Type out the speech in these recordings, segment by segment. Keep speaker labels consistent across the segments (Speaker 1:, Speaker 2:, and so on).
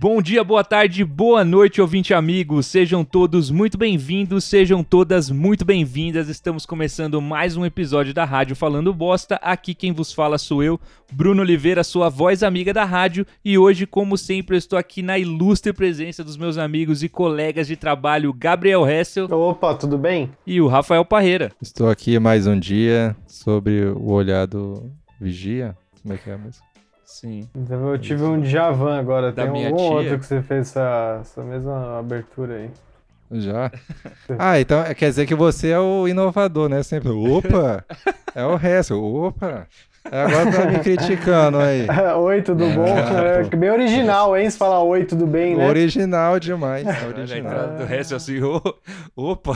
Speaker 1: Bom dia, boa tarde, boa noite, ouvinte amigos. Sejam todos muito bem-vindos, sejam todas muito bem-vindas. Estamos começando mais um episódio da Rádio Falando Bosta. Aqui quem vos fala sou eu, Bruno Oliveira, sua voz amiga da rádio. E hoje, como sempre, eu estou aqui na ilustre presença dos meus amigos e colegas de trabalho, Gabriel Hessel
Speaker 2: Então, Opa, tudo bem?
Speaker 1: e o Rafael Parreira.
Speaker 3: Estou aqui mais um dia sobre o olhado vigia. Como é que é mesmo?
Speaker 1: Sim.
Speaker 2: Eu tive um Djavan agora,
Speaker 1: Da
Speaker 2: tem
Speaker 1: minha
Speaker 2: algum
Speaker 1: tia.
Speaker 2: outro que você fez essa, essa mesma abertura aí.
Speaker 3: Já? Ah, então é- quer dizer que você é o inovador, né? Sempre. Opa! É o resto. Opa! Agora tá me criticando aí.
Speaker 2: Oi, tudo bom?
Speaker 3: Ah,
Speaker 2: É, bem original, hein? Se falar oi, tudo bem, né?
Speaker 3: Original demais.
Speaker 1: Olha a
Speaker 3: Original.
Speaker 1: entrada do Hessel assim, ô, opa.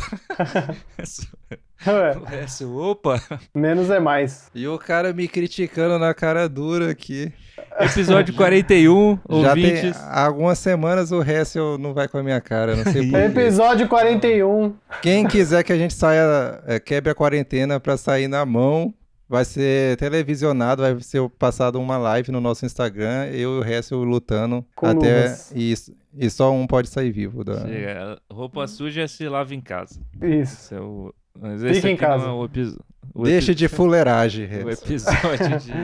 Speaker 2: Ué,
Speaker 1: O Hessel, opa.
Speaker 2: É, Menos é mais.
Speaker 3: E o cara me criticando na cara dura aqui.
Speaker 1: Episódio 41,
Speaker 3: Já tem
Speaker 1: ouvintes.
Speaker 3: algumas semanas o Hessel não vai com a minha cara, não sei porquê.
Speaker 2: Episódio 41.
Speaker 3: Quem quiser que a gente saia, é, quebre a quarentena pra sair na mão, vai ser televisionado, vai ser passado uma live no nosso Instagram, eu e o resto lutando
Speaker 2: Com
Speaker 3: até
Speaker 2: luvas.
Speaker 3: e, e só um pode sair vivo da.
Speaker 1: Chega, é,
Speaker 2: Hum.
Speaker 1: roupa suja se lava em casa.
Speaker 2: Isso.
Speaker 1: Esse é o... Mas
Speaker 2: Fica
Speaker 1: esse
Speaker 2: em
Speaker 1: aqui
Speaker 2: casa.
Speaker 1: não é o episódio.
Speaker 3: Deixa de fuleiragem,
Speaker 1: O
Speaker 3: Hess.
Speaker 1: episódio de,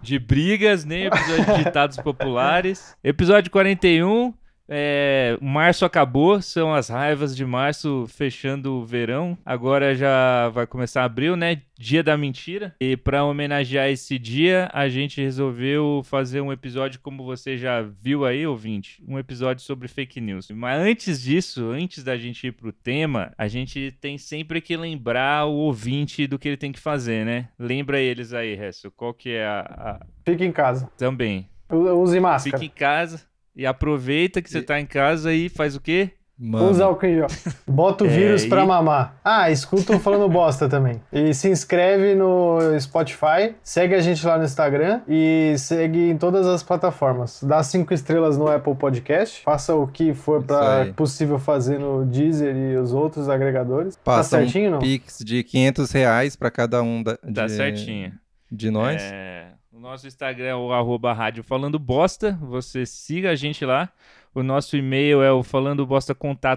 Speaker 1: de brigas, nem episódio de ditados populares. Episódio 41. É, março acabou, são as raivas de março fechando o verão. Agora já vai começar abril, né? Dia da mentira. E pra homenagear esse dia, a gente resolveu fazer um episódio, como você já viu aí, ouvinte, um episódio sobre fake news. Mas antes disso, antes da gente ir pro tema, a gente tem sempre que lembrar o ouvinte do que ele tem que fazer, né? Lembra eles aí, Resto. Qual que é a. a-
Speaker 2: Fique em casa.
Speaker 1: Também.
Speaker 2: U- Use máscara.
Speaker 1: Fica em casa e aproveita que você tá em casa e faz o quê?
Speaker 3: Mano,
Speaker 2: Usa álcool em gel. Bota o
Speaker 1: É,
Speaker 2: vírus pra
Speaker 1: e-
Speaker 2: mamar. Ah, escuta o Falando Bosta também. E se inscreve no Spotify, segue a gente lá no Instagram e segue em todas as plataformas. Dá cinco estrelas no Apple Podcast, faça o que for
Speaker 3: Isso
Speaker 2: pra
Speaker 3: aí.
Speaker 2: possível fazer no Deezer e os outros agregadores.
Speaker 3: passa
Speaker 2: tá certinho,
Speaker 3: um
Speaker 2: não?
Speaker 3: pix de 500 reais pra cada um da- de,
Speaker 1: Tá certinho.
Speaker 3: de nós.
Speaker 1: É, o nosso Instagram é o arroba rádio falando bosta. Você siga a gente lá. O nosso e-mail é o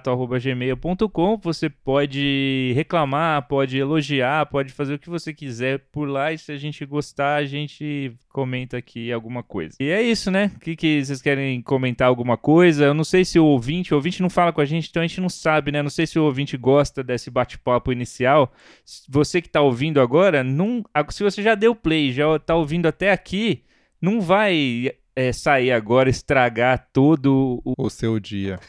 Speaker 1: falandobostacontato.gmail.com. Você pode reclamar, pode elogiar, pode fazer o que você quiser por lá. E se a gente gostar, a gente comenta aqui alguma coisa. E é isso, né? O que, que vocês querem comentar alguma coisa? Eu não sei se o ouvinte, o ouvinte não fala com a gente, então a gente não sabe, né? Não sei se o ouvinte gosta desse bate-papo inicial você que tá ouvindo agora, não, a- se você já deu play, já tá ouvindo até aqui, não vai é, sair agora, estragar todo o.
Speaker 3: O seu dia.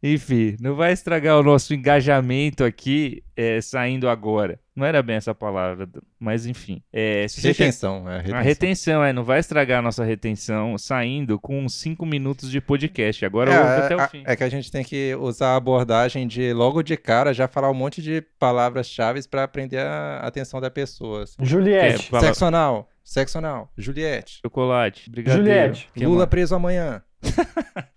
Speaker 1: Enfim, não vai estragar o nosso engajamento aqui é, saindo agora. Não era bem essa palavra, mas enfim. É, se você che-
Speaker 3: Retenção, é
Speaker 1: A
Speaker 3: retenção.
Speaker 1: retenção, é, não vai estragar a nossa retenção saindo com 5 minutos de podcast. Agora
Speaker 3: É,
Speaker 1: ouve até o
Speaker 3: a-
Speaker 1: fim.
Speaker 3: é que a gente tem que usar a abordagem de logo de cara já falar um monte de palavras-chave pra prender a atenção da pessoa. assim.
Speaker 2: Juliette.
Speaker 1: É, Fala-
Speaker 3: Sexo anal, sexo anal, Juliette.
Speaker 1: Chocolate, brigadeiro.
Speaker 2: Juliette.
Speaker 1: que
Speaker 3: Lula
Speaker 1: mais?
Speaker 3: preso amanhã.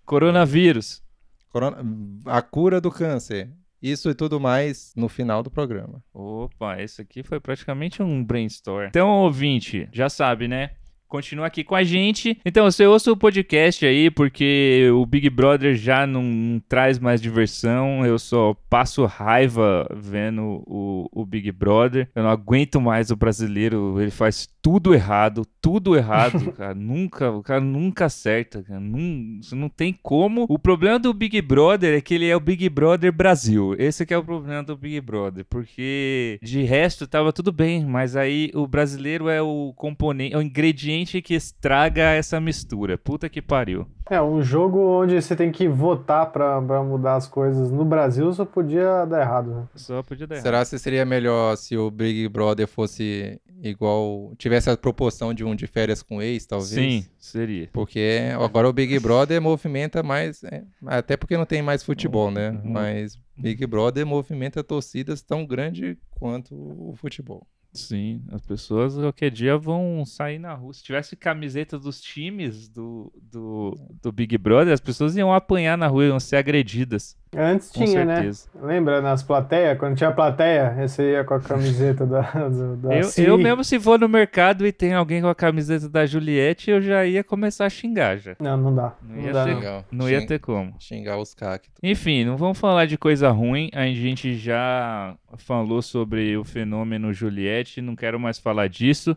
Speaker 1: Coronavírus.
Speaker 3: Corona- A cura do câncer. Isso e tudo mais no final do programa.
Speaker 1: Opa, esse aqui foi praticamente um brainstorm. Então, ouvinte, já sabe, né? Continua aqui com a gente. Então, você ouça o podcast aí, porque o Big Brother já não traz mais diversão. Eu só passo raiva vendo o, o Big Brother. Eu não aguento mais o brasileiro. Ele faz tudo errado, tudo errado, cara. Nunca, o cara nunca acerta, cara. Nun- isso não tem como. O problema do Big Brother é que ele é o Big Brother Brasil. Esse que é o problema do Big Brother, porque de resto tava tudo bem, mas aí o brasileiro é o componente, é o ingrediente que estraga essa mistura. Puta que pariu.
Speaker 2: É, um jogo onde você tem que votar pra, pra mudar as coisas. No Brasil só podia dar errado, né?
Speaker 1: Só podia dar Tá errado.
Speaker 3: Será que seria melhor se o Big Brother fosse igual. tivesse a proporção de um de férias com ex, talvez?
Speaker 1: Sim, seria.
Speaker 3: Porque agora o Big Brother movimenta mais. é, até porque não tem mais futebol, né?
Speaker 1: Uhum.
Speaker 3: Mas Big Brother movimenta torcidas tão grande quanto o futebol.
Speaker 1: Sim, as pessoas qualquer dia vão sair na rua. Se tivesse camiseta dos times do, do, do Big Brother, as pessoas iam apanhar na rua, iam ser agredidas.
Speaker 2: Antes
Speaker 1: Com
Speaker 2: tinha, né?
Speaker 1: certeza.
Speaker 2: Lembra nas plateias? Quando tinha plateia, você ia com a camiseta da, do- da
Speaker 1: Eu,
Speaker 2: Siri.
Speaker 1: eu mesmo, se for no mercado e tem alguém com a camiseta da Juliette, eu já ia começar a xingar já.
Speaker 2: Não, não dá.
Speaker 1: Não
Speaker 2: Não,
Speaker 1: ia
Speaker 2: dá,
Speaker 1: ser-
Speaker 2: não.
Speaker 3: Legal.
Speaker 1: Não ia
Speaker 3: Xing-
Speaker 1: ter como.
Speaker 3: Xingar os cactos.
Speaker 1: Enfim, não vamos falar de coisa ruim. A gente já falou sobre o fenômeno Juliette, não quero mais falar disso.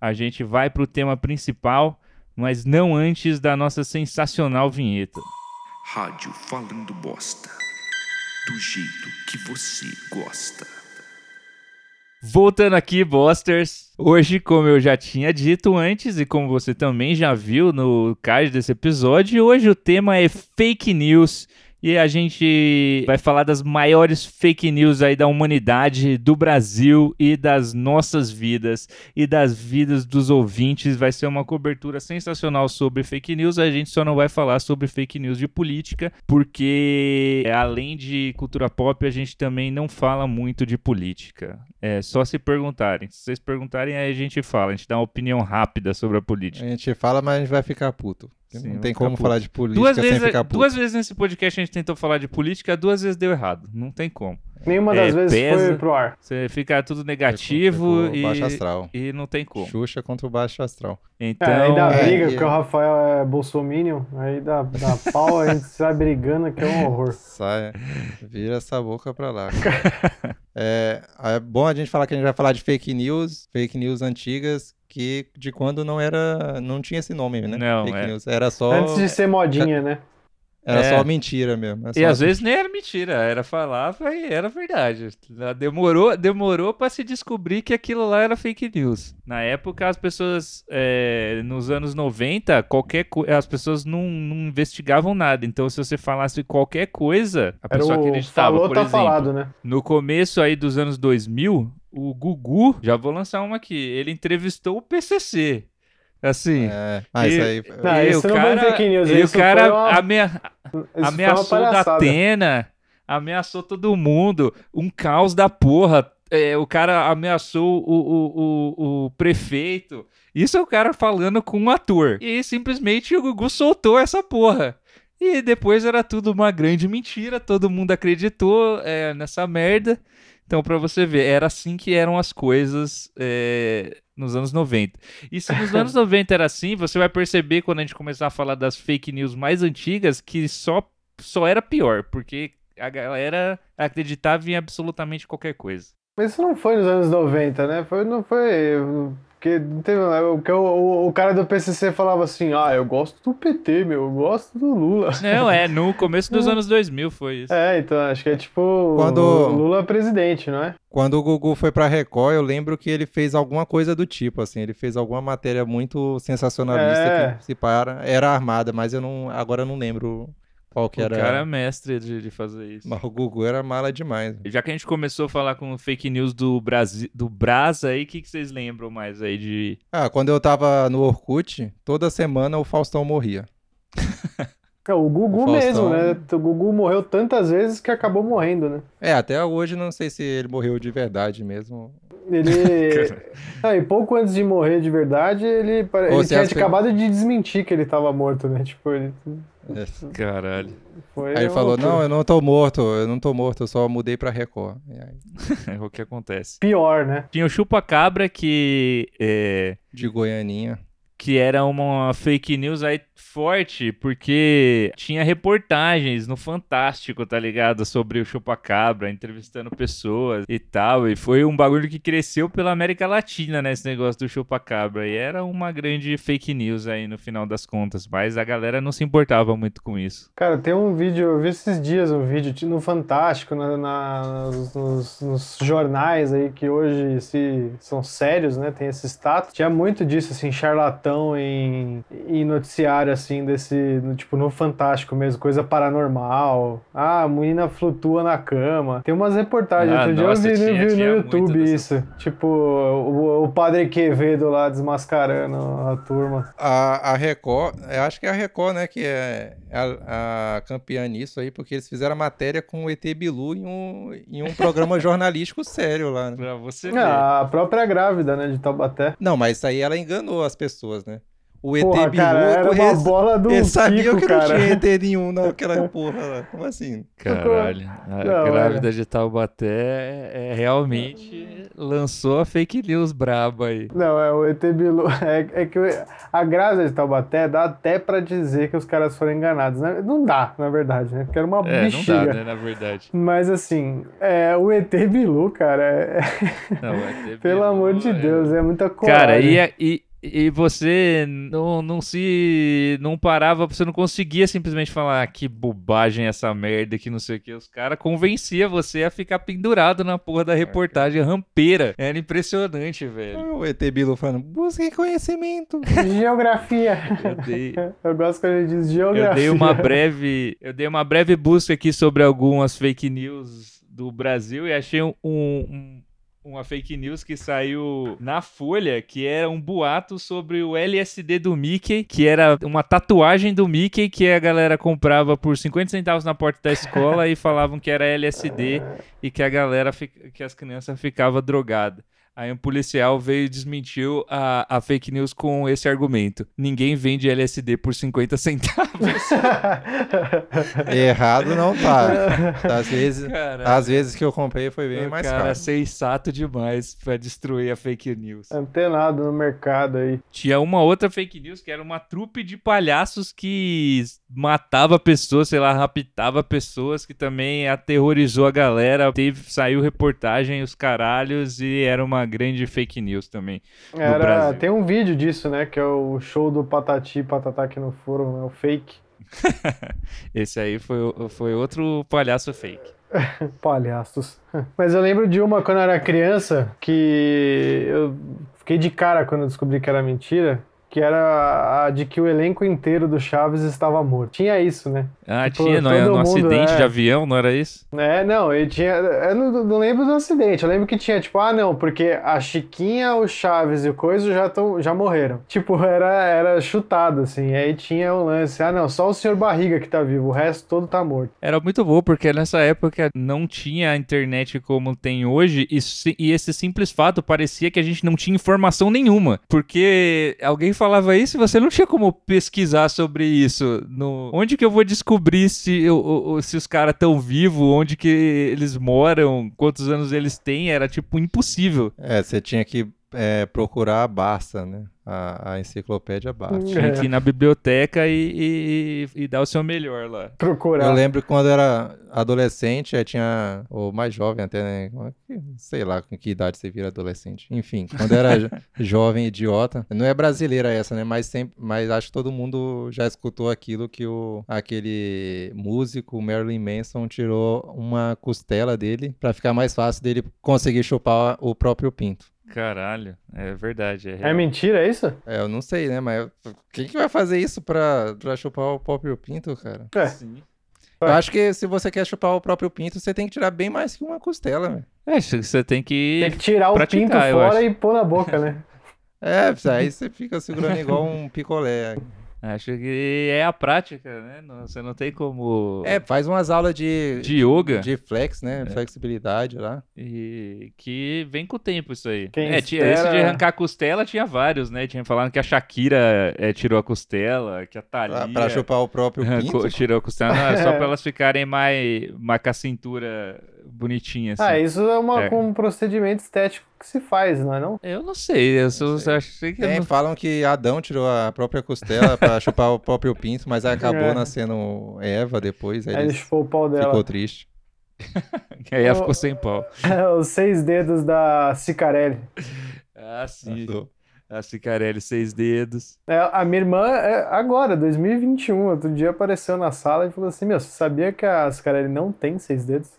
Speaker 1: A gente vai pro tema principal, mas não antes da nossa sensacional vinheta.
Speaker 4: Rádio Falando Bosta. Do jeito que você gosta.
Speaker 1: Voltando aqui, Bosters. Hoje, como eu já tinha dito antes e como você também já viu no card desse episódio, hoje o tema é fake news e a gente vai falar das maiores fake news aí da humanidade, do Brasil e das nossas vidas e das vidas dos ouvintes. Vai ser uma cobertura sensacional sobre fake news. A gente só não vai falar sobre fake news de política, porque é, além de cultura pop, a gente também não fala muito de política. É só se perguntarem. Se vocês perguntarem, aí a gente fala, a gente dá uma opinião rápida sobre a política.
Speaker 3: A gente fala, mas a gente vai ficar puto.
Speaker 1: Sim,
Speaker 3: não
Speaker 1: vai
Speaker 3: tem
Speaker 1: ficar
Speaker 3: como
Speaker 1: puto.
Speaker 3: falar de política
Speaker 1: Duas
Speaker 3: sem
Speaker 1: vezes, é
Speaker 3: ficar puto.
Speaker 1: duas vezes nesse podcast a gente tentou falar de política, duas vezes deu errado. Não tem como.
Speaker 2: Nenhuma
Speaker 1: É,
Speaker 2: das vezes
Speaker 1: pesa.
Speaker 2: foi pro ar.
Speaker 1: Você fica tudo
Speaker 3: Pegou-
Speaker 1: negativo
Speaker 3: pegou Baixo
Speaker 1: e,
Speaker 3: astral.
Speaker 1: e não tem como.
Speaker 3: Xuxa contra o baixo astral.
Speaker 1: Então,
Speaker 2: É, aí dá
Speaker 3: é,
Speaker 2: briga,
Speaker 3: e-
Speaker 2: porque o Rafael é bolsominion, aí dá, dá pau, a gente sai brigando, que é um horror.
Speaker 3: Sai, vira essa boca pra lá. cara. é, é bom a gente falar que a gente vai falar de fake news, fake news antigas, que de quando não era, não tinha esse nome, né?
Speaker 1: Não,
Speaker 3: fake
Speaker 1: é.
Speaker 3: news. Era só,
Speaker 2: Antes de ser modinha, né?
Speaker 3: era
Speaker 1: É.
Speaker 3: só mentira mesmo. assim.
Speaker 1: E às vezes nem era mentira, era falava e era verdade. Ah, Demorou, demorou para se descobrir que aquilo lá era fake news. Na época, as pessoas, é, nos anos 90, qualquer co- as pessoas não, não investigavam nada. Então, se você falasse qualquer coisa, a
Speaker 2: Era
Speaker 1: pessoa
Speaker 2: o
Speaker 1: acreditava,
Speaker 2: falou,
Speaker 1: por
Speaker 2: tá
Speaker 1: exemplo.
Speaker 2: falado, né?
Speaker 1: No começo aí dos anos 2000, o Gugu, já vou lançar uma aqui, ele entrevistou o PCC. Assim...
Speaker 3: É. Ah, isso
Speaker 1: E-
Speaker 3: aí.
Speaker 2: Não,
Speaker 1: e
Speaker 2: isso
Speaker 1: o
Speaker 2: Tá, não foi
Speaker 1: cara,
Speaker 2: fake news,
Speaker 1: e o
Speaker 2: isso foi
Speaker 1: cara
Speaker 2: uma-
Speaker 1: amea-
Speaker 2: Isso foi
Speaker 1: ameaçou
Speaker 2: uma
Speaker 1: da
Speaker 2: palhaçada.
Speaker 1: Atena, ameaçou todo mundo, um caos da porra. É, o cara ameaçou o, o, o, o prefeito. Isso é o cara falando com um ator. E simplesmente o Gugu soltou essa porra. E depois era tudo uma grande mentira, todo mundo acreditou é, nessa merda. Então, pra você ver, era assim que eram as coisas é, nos anos 90. E se nos anos 90 era assim, você vai perceber quando a gente começar a falar das fake news mais antigas que só, só era pior, porque a galera acreditava em absolutamente qualquer coisa.
Speaker 2: Mas isso não foi nos anos 90, né? Foi, não foi. Porque não teve. né? O, que o, o, o cara do PCC falava assim: ah, eu gosto do PT, meu, eu gosto do Lula.
Speaker 1: Não, é, no começo dos anos 2000 foi isso.
Speaker 2: É, então acho que é tipo.
Speaker 3: Quando-
Speaker 2: o Lula é residente, não é?
Speaker 3: Quando o Gugu foi pra Record, eu lembro que ele fez alguma coisa do tipo, assim, ele fez alguma matéria muito sensacionalista
Speaker 2: É.
Speaker 3: que se para. Era armada, mas eu não. Agora eu não lembro qual que
Speaker 1: o
Speaker 3: era.
Speaker 1: cara é mestre de, de fazer isso.
Speaker 3: Mas o Gugu era mala demais.
Speaker 1: Já que a gente começou a falar com fake news do Brasil, do Brás aí, o que, que vocês lembram mais aí de...
Speaker 3: Ah, quando eu tava no Orkut, toda semana o Faustão morria.
Speaker 2: É, o Gugu
Speaker 3: O Faustão.
Speaker 2: mesmo, né? O Gugu morreu tantas vezes que acabou morrendo, né?
Speaker 3: É, até hoje não sei se ele morreu de verdade mesmo.
Speaker 2: Ele. Não, e pouco antes de morrer de verdade, ele, pare-
Speaker 3: Ou
Speaker 2: ele
Speaker 3: se
Speaker 2: tinha
Speaker 3: as pe-
Speaker 2: acabado de desmentir que ele tava morto, né? Tipo, ele
Speaker 3: É.
Speaker 1: Caralho,
Speaker 2: foi.
Speaker 3: Aí ele
Speaker 2: uma
Speaker 3: falou:
Speaker 2: loucura.
Speaker 3: Não, eu não tô morto, eu não tô morto, eu só mudei pra Record. E aí,
Speaker 1: é o que acontece.
Speaker 2: Pior, né?
Speaker 1: Tinha o chupa-cabra que... é,
Speaker 3: de Goianinha.
Speaker 1: que era uma fake news aí forte, porque tinha reportagens no Fantástico, tá ligado? Sobre o Chupacabra, entrevistando pessoas e tal. E foi um bagulho que cresceu pela América Latina, né? Esse negócio do Chupacabra. E era uma grande fake news aí no final das contas. Mas a galera não se importava muito com isso.
Speaker 2: Cara, tem um vídeo, eu vi esses dias um vídeo t- no Fantástico, na, na- nos, nos- nos jornais aí que hoje se, são sérios, né? Tem esse status. Tinha muito disso, assim, charlatão em, em noticiário, assim, desse, no- tipo, no Fantástico mesmo, coisa paranormal. Ah, a menina flutua na cama. Tem umas reportagens,
Speaker 1: Ah,
Speaker 2: outro dia
Speaker 1: nossa,
Speaker 2: eu vi,
Speaker 1: tinha-
Speaker 2: vi
Speaker 1: tinha
Speaker 2: no
Speaker 1: muito
Speaker 2: YouTube
Speaker 1: dessa-
Speaker 2: isso. Tipo, o, o padre Quevedo lá desmascarando a turma.
Speaker 3: A, a Record, eu acho que é a Record, né, que é a, a campeã nisso aí, porque eles fizeram a matéria com o ET Bilu em um, em um programa jornalístico sério lá, né?
Speaker 1: Pra você ver.
Speaker 2: Ah, a própria Ah, grávida, né, de Taubaté.
Speaker 3: Não, mas isso aí ela enganou as pessoas, né? o ET
Speaker 2: Porra,
Speaker 3: Bilu,
Speaker 1: é
Speaker 2: cara, era uma
Speaker 3: res-
Speaker 2: bola do
Speaker 3: eles sabiam
Speaker 2: Kiko,
Speaker 3: que não
Speaker 2: cara.
Speaker 3: tinha ET nenhum naquela porra lá. Como assim?
Speaker 1: Caralho. A
Speaker 2: Não, é.
Speaker 1: grávida de Taubaté é, realmente lançou a fake news braba aí.
Speaker 2: Não, é o ET Bilu. É, é que o- a grávida de Taubaté dá até pra dizer que os caras foram enganados. né? Não dá, na verdade, né? Porque era uma
Speaker 1: É, não
Speaker 2: bexiga.
Speaker 1: dá, né, na verdade.
Speaker 2: Mas assim, é, o ET Bilu, cara, é-
Speaker 1: Não, é
Speaker 2: pelo amor de
Speaker 1: é-
Speaker 2: Deus, é muita coragem.
Speaker 1: Cara, e, a- e, e você não, não se. não parava, você não conseguia simplesmente falar "Ah, que bobagem essa merda, que não sei o que. Os caras convencia você a ficar pendurado na porra da reportagem rampeira. Era impressionante, velho.
Speaker 3: O ET Bilu falando, busque conhecimento.
Speaker 2: Geografia.
Speaker 1: Eu dei,
Speaker 2: Eu gosto quando ele diz geografia.
Speaker 1: eu dei uma breve. Eu dei uma breve busca aqui sobre algumas fake news do Brasil e achei um- um- uma fake news que saiu na Folha, que era um boato sobre o LSD do Mickey, que era uma tatuagem do Mickey que a galera comprava por 50 centavos na porta da escola e falavam que era LSD e que a galera, fi- que as crianças ficavam drogadas. Aí um policial veio e desmentiu a, a fake news com esse argumento. Ninguém vende LSD por 50 centavos.
Speaker 3: Errado não tá. Às vezes,
Speaker 1: Cara,
Speaker 3: às vezes que eu comprei foi bem
Speaker 1: o
Speaker 3: mais
Speaker 1: cara é
Speaker 3: caro.
Speaker 1: sensato demais pra destruir a fake news.
Speaker 2: É. Antenado no mercado aí.
Speaker 1: Tinha uma outra fake news que era uma trupe de palhaços que matava pessoas, sei lá, raptava pessoas, que também aterrorizou a galera. Teve, saiu reportagem, os caralhos, e era uma grande fake news também.
Speaker 2: Era,
Speaker 1: Brasil.
Speaker 2: tem um vídeo disso, né? Que é o show do Patati e Patatá que não foram, é o fake.
Speaker 1: Esse aí foi, o- foi outro palhaço fake.
Speaker 2: Palhaços. Mas eu lembro de uma quando eu era criança que eu fiquei de cara quando eu descobri que era mentira. Que era a de que o elenco inteiro do Chaves estava morto. Tinha isso, né?
Speaker 1: Ah,
Speaker 2: Tipo,
Speaker 1: tinha, não
Speaker 2: todo
Speaker 1: era um
Speaker 2: mundo,
Speaker 1: acidente
Speaker 2: é.
Speaker 1: de avião, não era isso?
Speaker 2: É, não, eu tinha. Eu não, não lembro do acidente. Eu lembro que tinha, tipo, ah, não, porque a Chiquinha, o Chaves e o Coiso já, tão, já morreram. Tipo, era, era chutado, assim. Aí tinha o lance, ah, não, só o senhor Barriga que tá vivo, o resto todo tá morto.
Speaker 1: Era muito bom, porque nessa época não tinha a internet como tem hoje, e, si- e esse simples fato parecia que a gente não tinha informação nenhuma. Porque alguém falava isso e você não tinha como pesquisar sobre isso. no- Onde que eu vou descobrir se, eu- o- o- se os caras estão vivos, onde que eles moram, quantos anos eles têm? Era tipo impossível.
Speaker 3: É, você tinha que é, procurar a Barça, né? A, a enciclopédia Barça.
Speaker 1: Tinha
Speaker 2: É.
Speaker 1: que ir na biblioteca e- e- e- e dar o seu melhor lá.
Speaker 2: Procurar.
Speaker 3: Eu lembro que quando era adolescente, aí tinha. Ou mais jovem até, né? Como é que- Sei lá com que idade você vira adolescente. Enfim, quando era jo- jovem, idiota. Não é brasileira essa, né? Mas, sempre, mas acho que todo mundo já escutou aquilo que o, aquele músico Marilyn Manson tirou uma costela dele pra ficar mais fácil dele conseguir chupar o próprio pinto.
Speaker 1: Caralho, é verdade.
Speaker 2: É mentira é isso?
Speaker 3: É, eu não sei, né? Mas quem que vai fazer isso pra, pra chupar o próprio pinto, cara?
Speaker 2: É.
Speaker 1: Sim.
Speaker 3: Eu acho que se você quer chupar o próprio pinto, você tem que tirar bem mais que uma costela, velho.
Speaker 1: É, isso que você tem
Speaker 2: Tem
Speaker 1: que.
Speaker 2: que tirar o
Speaker 1: praticar,
Speaker 2: pinto
Speaker 1: eu
Speaker 2: fora
Speaker 1: acho.
Speaker 2: e pôr na boca, né?
Speaker 3: É, aí você fica segurando igual um picolé.
Speaker 1: Acho que é a prática, né? Não- Você não tem como.
Speaker 3: É, faz umas aulas de,
Speaker 1: de É. yoga
Speaker 3: de flex, né? Flexibilidade lá.
Speaker 1: e que vem com o tempo isso aí.
Speaker 2: Quem
Speaker 1: é, tinha esse de
Speaker 2: espera-
Speaker 1: arrancar a costela tinha vários, né? Tinha falando que a Shakira é, tirou a costela, que a
Speaker 3: Ah, Pra,
Speaker 1: Thalia
Speaker 3: pra chupar o próprio pinto.
Speaker 1: arrancou- tirou a costela. Não, é só pra elas ficarem mais, mais com a cintura bonitinha, assim.
Speaker 2: Ah, isso é, uma,
Speaker 1: É.
Speaker 2: um procedimento estético que se faz, não é não?
Speaker 1: Eu não sei, eu só,
Speaker 3: Não sei.
Speaker 1: acho que eu
Speaker 3: Tem,
Speaker 1: não-
Speaker 3: É, falam que Adão tirou a própria costela pra chupar o próprio pinto, mas acabou
Speaker 2: É.
Speaker 3: nascendo Eva depois, aí
Speaker 2: Aí ele
Speaker 3: ele
Speaker 2: chupou o pau dela.
Speaker 3: ficou triste.
Speaker 1: aí ela
Speaker 2: Ô-
Speaker 1: ficou sem pau.
Speaker 2: É, Os seis dedos da Cicarelli.
Speaker 1: Ah, sim.
Speaker 3: Adão.
Speaker 1: A Cicarelli, seis dedos.
Speaker 2: É, a minha irmã, é, agora, 2021, outro dia apareceu na sala e falou assim: Meu, você sabia que a Scarelli não tem seis dedos?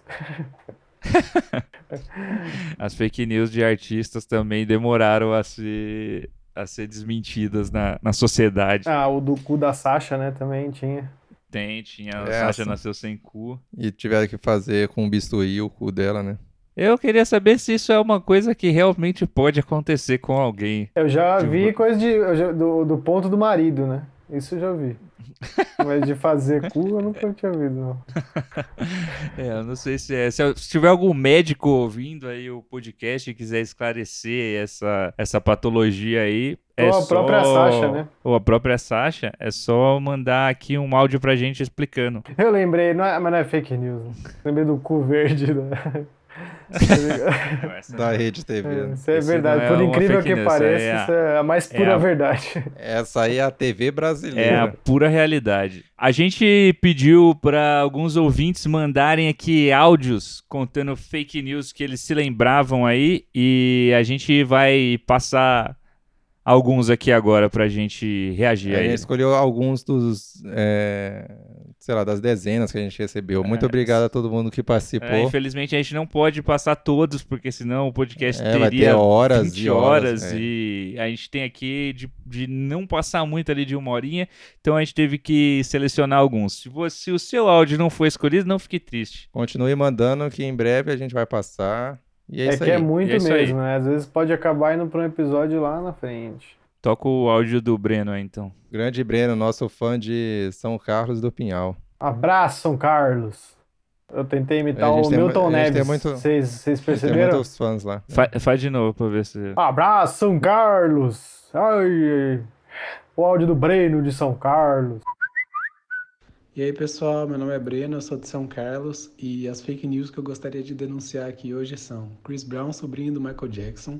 Speaker 1: As fake news de artistas também demoraram a ser, a ser desmentidas na, na sociedade.
Speaker 2: Ah, o do cu da Sasha, né? Também tinha.
Speaker 1: Tem, tinha a
Speaker 3: É,
Speaker 1: Sasha
Speaker 3: assim.
Speaker 1: nasceu sem cu.
Speaker 3: E tiveram que fazer com o bisturi o cu dela, né?
Speaker 1: Eu queria saber se isso é uma coisa que realmente pode acontecer com alguém.
Speaker 2: Eu já
Speaker 1: De
Speaker 2: vi
Speaker 1: boa.
Speaker 2: coisa de, eu já- do, do ponto do marido, né? Isso eu já vi. Mas de fazer cu eu nunca tinha ouvido, não.
Speaker 1: É, eu não sei se é. Se, eu- se tiver algum médico ouvindo aí o podcast e quiser esclarecer essa, essa patologia aí. É
Speaker 2: Ou a
Speaker 1: só-
Speaker 2: própria Sasha, né?
Speaker 1: Ou a própria Sasha, é só mandar aqui um áudio pra gente explicando.
Speaker 2: Eu lembrei, não é- mas não é fake news. né? Lembrei do cu verde. Né?
Speaker 1: Essa-
Speaker 3: da Rede TV. né?
Speaker 2: Isso é
Speaker 1: Isso
Speaker 2: verdade.
Speaker 1: não é
Speaker 2: Por
Speaker 1: uma
Speaker 2: incrível
Speaker 1: fake
Speaker 2: que
Speaker 1: news,
Speaker 2: pareça,
Speaker 1: é a-
Speaker 2: isso é a mais pura
Speaker 1: a-
Speaker 2: verdade.
Speaker 3: Essa aí é a TV
Speaker 1: É a
Speaker 3: brasileira.
Speaker 1: pura realidade. A gente pediu para alguns ouvintes mandarem aqui áudios contando fake news que eles se lembravam aí e a gente vai passar alguns aqui agora pra gente reagir
Speaker 3: a
Speaker 1: aí.
Speaker 3: gente escolheu alguns dos, é, sei lá, das dezenas que a gente recebeu. Muito obrigado a todo mundo que participou.
Speaker 1: É, infelizmente a gente não pode passar todos porque senão o podcast
Speaker 3: É, vai ter
Speaker 1: teria
Speaker 3: horas
Speaker 1: 20
Speaker 3: e horas.
Speaker 1: horas
Speaker 3: é.
Speaker 1: e a gente tem aqui de, de não passar muito ali de uma horinha, então a gente teve que selecionar alguns. Se, você, se o seu áudio não foi escolhido, não fique triste.
Speaker 3: Continue mandando que em breve a gente vai passar. E é,
Speaker 2: É,
Speaker 3: isso
Speaker 2: que
Speaker 3: aí.
Speaker 2: é muito
Speaker 1: E é isso aí.
Speaker 2: mesmo, né? Às vezes pode acabar indo pra um episódio lá na frente.
Speaker 1: Toca o áudio do Breno aí, então.
Speaker 3: Grande Breno, nosso fã de São Carlos do Pinhal.
Speaker 2: Abraço, São Carlos. Eu tentei imitar
Speaker 3: A gente
Speaker 2: o
Speaker 3: tem mu-
Speaker 2: Milton
Speaker 3: a gente tem
Speaker 2: Neves.
Speaker 3: muito-
Speaker 2: Vocês vocês
Speaker 3: Tem
Speaker 2: perceberam?
Speaker 3: muitos fãs lá.
Speaker 1: Fa- faz de novo pra ver se.
Speaker 2: Abraço, São Carlos. Ai, ai. O áudio do Breno de São Carlos.
Speaker 5: E aí, pessoal, meu nome é Breno, eu sou de São Carlos e as fake news que eu gostaria de denunciar aqui hoje são Chris Brown, sobrinho do Michael Jackson,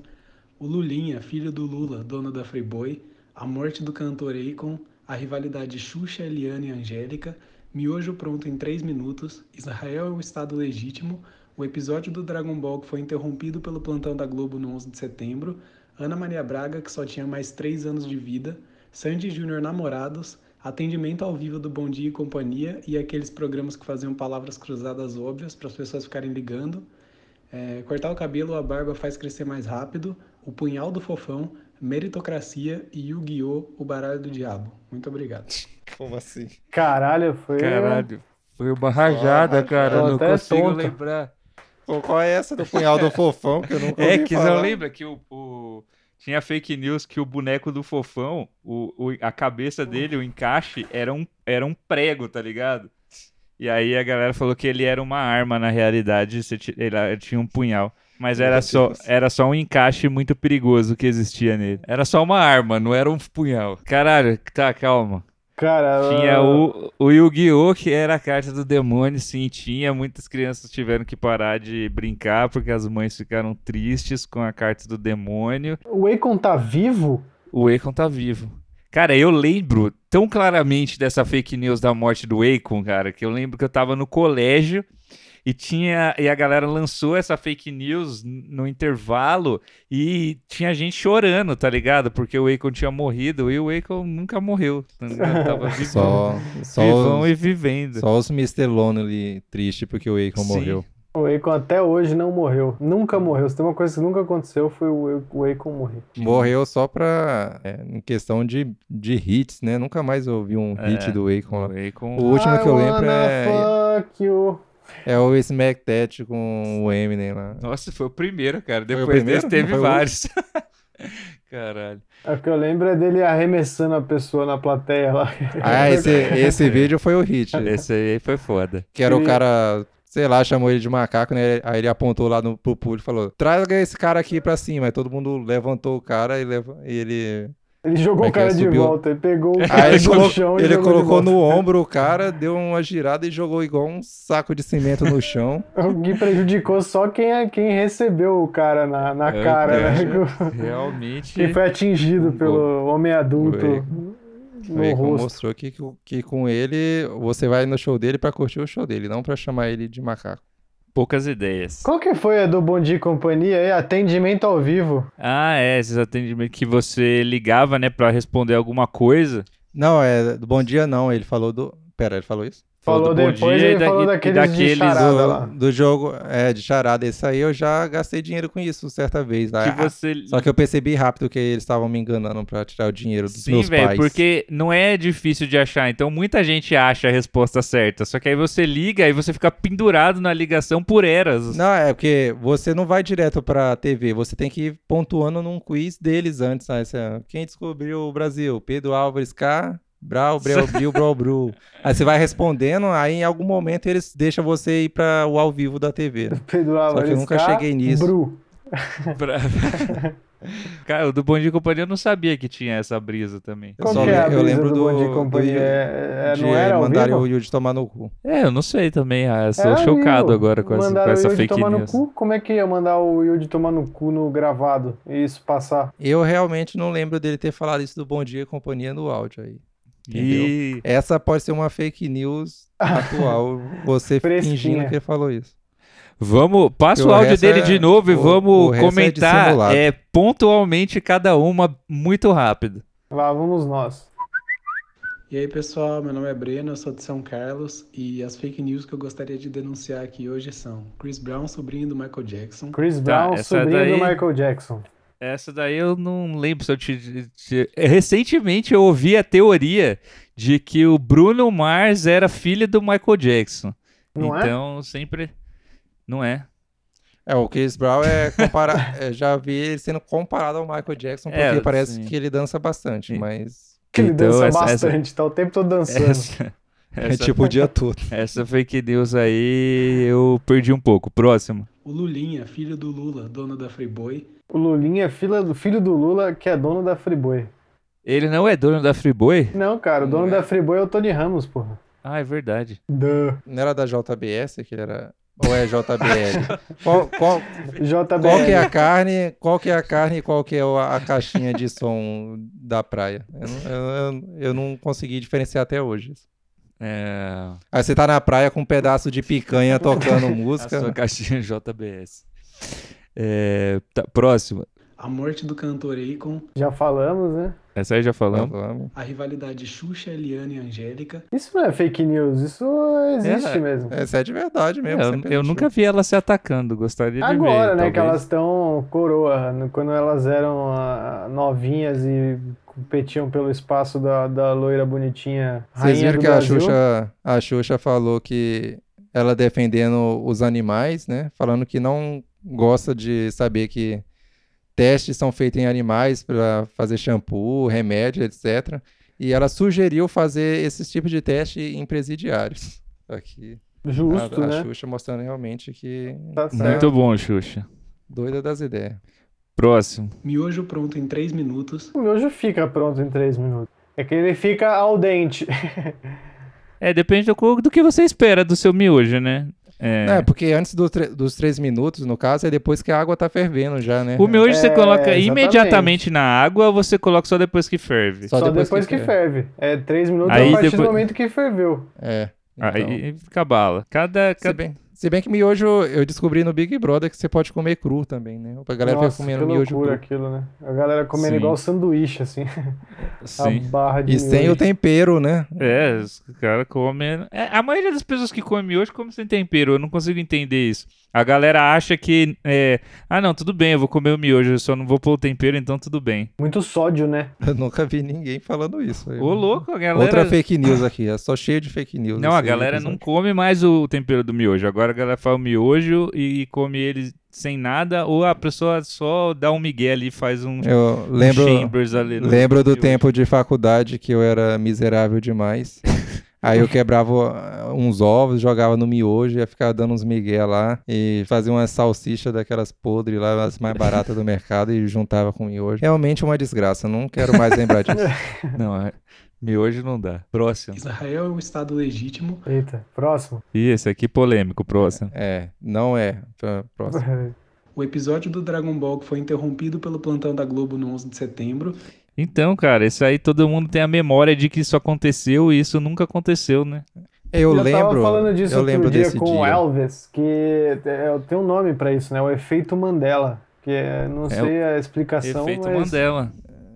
Speaker 5: o Lulinha, filho do Lula, dono da Friboi, a morte do cantor Akon, a rivalidade Xuxa, Eliana e Angélica, Miojo pronto em 3 minutos, Israel é um Estado legítimo, o episódio do Dragon Ball que foi interrompido pelo plantão da Globo no 11 de setembro, Ana Maria Braga, que só tinha mais 3 anos de vida, Sandy Júnior Namorados, atendimento ao vivo do Bom Dia e Companhia e aqueles programas que faziam palavras cruzadas óbvias para as pessoas ficarem ligando. É, cortar o cabelo ou a barba faz crescer mais rápido. O punhal do fofão, meritocracia e Yu-Gi-Oh! O baralho do diabo. Muito obrigado.
Speaker 3: Como assim?
Speaker 2: Caralho, foi. né?
Speaker 1: Caralho. Foi uma rajada, cara.
Speaker 2: Tô
Speaker 1: Eu não
Speaker 2: até
Speaker 1: consigo
Speaker 2: tonto.
Speaker 1: lembrar.
Speaker 3: Pô, qual é essa do punhal do fofão que eu nunca
Speaker 1: É,
Speaker 3: ouvi
Speaker 1: que
Speaker 3: falar?
Speaker 1: não lembra que o, o- Tinha fake news que o boneco do fofão, o, o- a cabeça dele, o encaixe, era um, era um prego, tá ligado? E aí a galera falou que ele era uma arma, na realidade, você ti- ele ele tinha um punhal. Mas
Speaker 3: Meu
Speaker 1: era só,
Speaker 3: Deus.
Speaker 1: era só um encaixe muito perigoso que existia nele. Era só uma arma, não era um punhal. Caralho, tá, calma.
Speaker 2: Cara,
Speaker 1: Tinha o, o Yu-Gi-Oh! que era a carta do demônio, sim, tinha. Muitas crianças tiveram que parar de brincar porque as mães ficaram tristes com a carta do demônio.
Speaker 2: O Akon tá vivo?
Speaker 1: O Akon tá vivo. Cara, eu lembro tão claramente dessa fake news da morte do Akon, cara, que eu lembro que eu tava no colégio e tinha e a galera lançou essa fake news n- no intervalo e tinha gente chorando, tá ligado? Porque o Akon tinha morrido e o Akon nunca morreu. tá ligado? Tava vivo.
Speaker 3: Só, só,
Speaker 1: Vivão
Speaker 3: os,
Speaker 1: e vivendo.
Speaker 3: só os Mr. Lonely triste porque o Akon
Speaker 1: Sim.
Speaker 3: morreu.
Speaker 2: O Akon até hoje não morreu.
Speaker 3: Hum.
Speaker 2: Nunca morreu. Se tem uma coisa que nunca aconteceu, foi o o Akon morrer.
Speaker 3: Morreu só pra. é, em questão de, de hits, né? Nunca mais ouvi um
Speaker 2: É.
Speaker 3: hit do Akon lá.
Speaker 1: Aí com-
Speaker 3: O último
Speaker 2: I
Speaker 3: que eu lembro
Speaker 2: Ah, wanna
Speaker 3: é,
Speaker 2: Fuck you.
Speaker 3: é o Smack That com o Eminem lá.
Speaker 1: Nossa, foi o primeiro, cara.
Speaker 3: Foi o
Speaker 1: Depois
Speaker 3: primeiro?
Speaker 1: desse teve
Speaker 3: Foi o
Speaker 1: vários. Caralho.
Speaker 2: O que eu lembro é dele arremessando a pessoa na plateia lá.
Speaker 3: Ah, esse, esse vídeo foi o hit.
Speaker 2: É.
Speaker 1: Esse aí foi foda.
Speaker 3: Que era o
Speaker 2: E-
Speaker 3: cara, sei lá, chamou ele de macaco, né? Aí ele apontou lá no, pro público e falou: traga esse cara aqui pra cima. Aí todo mundo levantou o cara e, leva- e ele.
Speaker 2: Ele jogou
Speaker 3: Como é
Speaker 2: o
Speaker 3: que é?
Speaker 2: cara de
Speaker 3: Subiu-
Speaker 2: volta. Ele pegou o cara
Speaker 3: Aí ele,
Speaker 2: do
Speaker 3: colo-
Speaker 2: chão e
Speaker 3: ele
Speaker 2: jogou de
Speaker 3: colocou
Speaker 2: volta.
Speaker 3: no ombro o cara, deu uma girada e jogou igual um saco de cimento no chão.
Speaker 2: O que prejudicou só quem, é- quem recebeu o cara na, na
Speaker 3: É,
Speaker 1: Eu
Speaker 2: cara, né?
Speaker 1: Realmente.
Speaker 2: Quem foi atingido pelo homem adulto
Speaker 3: Foi.
Speaker 2: no
Speaker 3: Aí como
Speaker 2: rosto.
Speaker 3: mostrou que, que com ele você vai no show dele pra curtir o show dele, não pra chamar ele de macaco.
Speaker 1: Poucas ideias.
Speaker 2: Qual que foi a do Bom Dia e Companhia? É atendimento ao vivo.
Speaker 1: Ah, é, esses atendimentos que você ligava, né, pra responder alguma coisa.
Speaker 3: Não, é do bom dia não, ele falou do. Pera, ele falou isso?
Speaker 2: Falou,
Speaker 1: do Bom
Speaker 2: depois,
Speaker 1: Dia e
Speaker 2: ele
Speaker 1: da-
Speaker 2: falou
Speaker 1: e
Speaker 2: daqueles, de
Speaker 1: daqueles
Speaker 2: charada lá.
Speaker 3: do, do jogo é, de charada. Esse aí eu já gastei dinheiro com isso certa vez. lá.
Speaker 1: Que você.
Speaker 3: Ah, Só que eu percebi rápido que eles estavam me enganando pra tirar o dinheiro dos
Speaker 1: Sim,
Speaker 3: meus
Speaker 1: velho,
Speaker 3: pais.
Speaker 1: porque não é difícil de achar. Então muita gente acha a resposta certa. Só que aí você liga e você fica pendurado na ligação por eras.
Speaker 3: Não, é porque você não vai direto pra TV, você tem que ir pontuando num quiz deles antes. Né? Esse é, Quem descobriu o Brasil? Pedro Álvares K. Brau, breu, bril, brau, bru. Aí você vai respondendo, aí em algum momento eles deixam você ir para o ao vivo da TV. né?
Speaker 2: Pedro
Speaker 3: Só
Speaker 2: Álvares
Speaker 3: que eu nunca
Speaker 2: K,
Speaker 3: cheguei nisso.
Speaker 2: Bru.
Speaker 1: Pra- Cara, o do Bom Dia e Companhia eu não sabia que tinha essa brisa também.
Speaker 3: Eu
Speaker 2: Qual
Speaker 3: só
Speaker 2: que é a
Speaker 3: le- eu
Speaker 2: brisa
Speaker 3: lembro
Speaker 2: do,
Speaker 3: do-
Speaker 2: Bom Dia e
Speaker 3: do
Speaker 2: Companhia?
Speaker 3: Yuri-
Speaker 2: É- é-
Speaker 3: de
Speaker 2: não era ao
Speaker 3: mandarem
Speaker 2: vivo?
Speaker 3: o Yuji tomar no cu.
Speaker 1: É, eu não sei também. ah, sou
Speaker 2: Era ao
Speaker 1: chocado
Speaker 2: vivo.
Speaker 1: agora com essa, com
Speaker 2: É, Mandaram
Speaker 1: essa
Speaker 2: o Yudi
Speaker 1: fake
Speaker 2: tomar
Speaker 1: news.
Speaker 2: no cu? Como é que ia mandar o Yudi tomar no cu no gravado e isso passar?
Speaker 3: Eu realmente não lembro dele ter falado isso do Bom Dia e Companhia no áudio aí. Entendeu?
Speaker 1: E
Speaker 3: Essa pode ser uma fake news atual, você
Speaker 2: Fresquinha.
Speaker 3: fingindo que ele falou isso.
Speaker 1: vamos, passa
Speaker 3: Porque
Speaker 1: o
Speaker 3: o
Speaker 1: áudio
Speaker 3: resto
Speaker 1: dele
Speaker 3: é-
Speaker 1: de novo e
Speaker 3: o- o
Speaker 1: vamos
Speaker 3: resto é
Speaker 1: comentar
Speaker 3: dissimulado.
Speaker 1: é, pontualmente cada uma muito rápido.
Speaker 2: Lá vamos nós.
Speaker 5: E aí, pessoal, meu nome é Breno, eu sou de São Carlos e as fake news que eu gostaria de denunciar aqui hoje são Chris Brown, sobrinho do Michael Jackson,
Speaker 2: Chris
Speaker 1: Tá,
Speaker 2: Brown,
Speaker 1: essa
Speaker 2: sobrinho
Speaker 1: daí-
Speaker 2: do Michael Jackson.
Speaker 1: Essa daí eu não lembro se eu te, te- Recentemente eu ouvi a teoria de que o Bruno Mars era filho do Michael Jackson.
Speaker 2: Não é?
Speaker 1: então sempre. Não é.
Speaker 3: É, o Chris Brown é comparado. já vi ele sendo comparado ao Michael Jackson, porque
Speaker 1: É,
Speaker 3: parece
Speaker 1: sim.
Speaker 3: que ele dança bastante,
Speaker 1: Sim.
Speaker 3: mas.
Speaker 2: Que ele
Speaker 1: Então,
Speaker 2: dança
Speaker 1: essa- essa-
Speaker 2: bastante, tá o tempo todo dançando.
Speaker 1: Essa, É tipo essa,
Speaker 3: o dia todo.
Speaker 1: essa fake news aí eu perdi um pouco. Próximo.
Speaker 5: o Lulinha, filho do Lula, dono da Friboi,
Speaker 2: O Lulinha é filha do- filho do Lula, que é dono da Friboi.
Speaker 1: Ele não é dono da Friboi?
Speaker 2: Não, cara, o
Speaker 3: Não
Speaker 2: dono
Speaker 3: é.
Speaker 2: da Friboi é o Tony Ramos, porra.
Speaker 1: Ah, é verdade.
Speaker 2: Duh.
Speaker 3: Não era da JBS que ele era. Ou é JBL? qual, qual,
Speaker 2: JBL.
Speaker 3: qual que é a carne? Qual que é a carne e qual que é o- a caixinha de som da praia? Eu não, eu- eu- eu não consegui diferenciar até hoje.
Speaker 1: É.
Speaker 3: Aí você tá na praia com um pedaço de picanha tocando
Speaker 1: A sua
Speaker 3: música.
Speaker 1: caixinha JBS. É, tá, próximo.
Speaker 5: a morte do cantor Akon,
Speaker 2: Já falamos, né?
Speaker 1: Essa aí já falamos.
Speaker 3: Vamos.
Speaker 5: a rivalidade Xuxa, Eliana e Angélica,
Speaker 2: Isso não é fake news, isso existe
Speaker 1: É,
Speaker 2: mesmo.
Speaker 3: Essa é de verdade mesmo.
Speaker 1: É, eu
Speaker 3: sempre
Speaker 1: eu
Speaker 3: existiu.
Speaker 1: nunca vi ela se atacando. Gostaria de ver.
Speaker 2: Agora, né, que
Speaker 1: talvez.
Speaker 2: elas estão coroa, no- quando elas eram ah, novinhas e competiam pelo espaço da, da loira bonitinha,
Speaker 3: Vocês
Speaker 2: rainha
Speaker 3: viram
Speaker 2: do
Speaker 3: que a
Speaker 2: Brasil.
Speaker 3: Xuxa, a Xuxa falou que ela defendendo os animais, né? Falando que não gosta de saber que testes são feitos em animais para fazer shampoo, remédio, etc. E ela sugeriu fazer esses tipos de teste em presidiários. Aqui,
Speaker 2: Justo,
Speaker 3: a, a
Speaker 2: né?
Speaker 3: Xuxa mostrando realmente que
Speaker 2: Tá certo.
Speaker 1: Muito bom, Xuxa.
Speaker 3: doida das ideias.
Speaker 1: Próximo.
Speaker 5: miojo pronto em 3 minutos,
Speaker 2: O miojo fica pronto em 3 minutos. É que ele fica ao dente.
Speaker 1: É, depende do, co- do que você espera do seu miojo, né? É.
Speaker 3: É, porque antes do tre- dos três minutos, no caso, é depois que a água tá fervendo já, né?
Speaker 1: O miojo você
Speaker 2: É,
Speaker 1: coloca
Speaker 2: exatamente.
Speaker 1: imediatamente na água ou você coloca só depois que ferve?
Speaker 2: Só, depois, que, ferve. É 3 minutos
Speaker 1: Aí
Speaker 2: a partir do
Speaker 1: depois-
Speaker 2: momento que ferveu.
Speaker 3: É. então-
Speaker 1: Aí fica bala. Cada.
Speaker 3: Se
Speaker 1: cada...
Speaker 3: bem, se bem que miojo, eu descobri no Big Brother que você pode comer cru também, né? A galera
Speaker 2: Nossa,
Speaker 3: fica comendo
Speaker 2: que
Speaker 3: miojo
Speaker 2: loucura
Speaker 3: cru.
Speaker 2: aquilo, né? A galera comendo
Speaker 1: Sim.
Speaker 2: igual sanduíche, assim. A
Speaker 3: tá
Speaker 1: Sim.
Speaker 2: barra de
Speaker 3: E sem o
Speaker 2: né? miojo.
Speaker 3: tempero, né?
Speaker 1: É, os caras comem. É, a maioria das pessoas que comem miojo come sem tempero. Eu não consigo entender isso. A galera acha que. é, ah, não, tudo bem, eu vou comer o miojo, eu só não vou pôr o tempero, então tudo bem.
Speaker 2: Muito sódio, né?
Speaker 3: Eu nunca vi ninguém falando isso.
Speaker 1: Ô, louco, a galera.
Speaker 3: Outra assim, fake news aqui, é só cheio de fake news.
Speaker 1: Não, a
Speaker 3: esse
Speaker 1: galera não
Speaker 3: episódio.
Speaker 1: come mais o tempero do miojo. Agora a galera faz o miojo e come ele sem nada, ou a pessoa só dá um migué ali e faz um,
Speaker 3: Eu
Speaker 1: um
Speaker 3: lembro,
Speaker 1: chambers ali. no-
Speaker 3: lembro do
Speaker 1: miojo.
Speaker 3: tempo de faculdade que eu era miserável demais. Aí eu quebrava ah, uns ovos, jogava no miojo, ia ficar dando uns migué lá e fazia uma salsicha daquelas podres lá, as mais baratas do mercado e juntava com miojo. Realmente uma desgraça, não quero mais lembrar disso.
Speaker 1: Não, é- miojo não dá. Próximo.
Speaker 5: Israel é um estado legítimo,
Speaker 2: Eita, próximo.
Speaker 1: E esse aqui polêmico, próximo.
Speaker 3: É, não é. Pra- Próximo.
Speaker 5: o episódio do Dragon Ball que foi interrompido pelo plantão da Globo no 11 de setembro,
Speaker 1: Então, cara, isso aí todo mundo tem a memória de que isso aconteceu e isso nunca aconteceu, né?
Speaker 3: Eu,
Speaker 2: tava
Speaker 3: lembro.
Speaker 2: falando disso
Speaker 3: eu
Speaker 2: outro
Speaker 3: lembro
Speaker 2: dia
Speaker 3: desse
Speaker 2: com o
Speaker 3: dia.
Speaker 2: Elvis, que é, tem um nome pra isso, né? O efeito Mandela. Que é, não sei a explicação,
Speaker 1: Efeito
Speaker 2: mas...
Speaker 1: Mandela.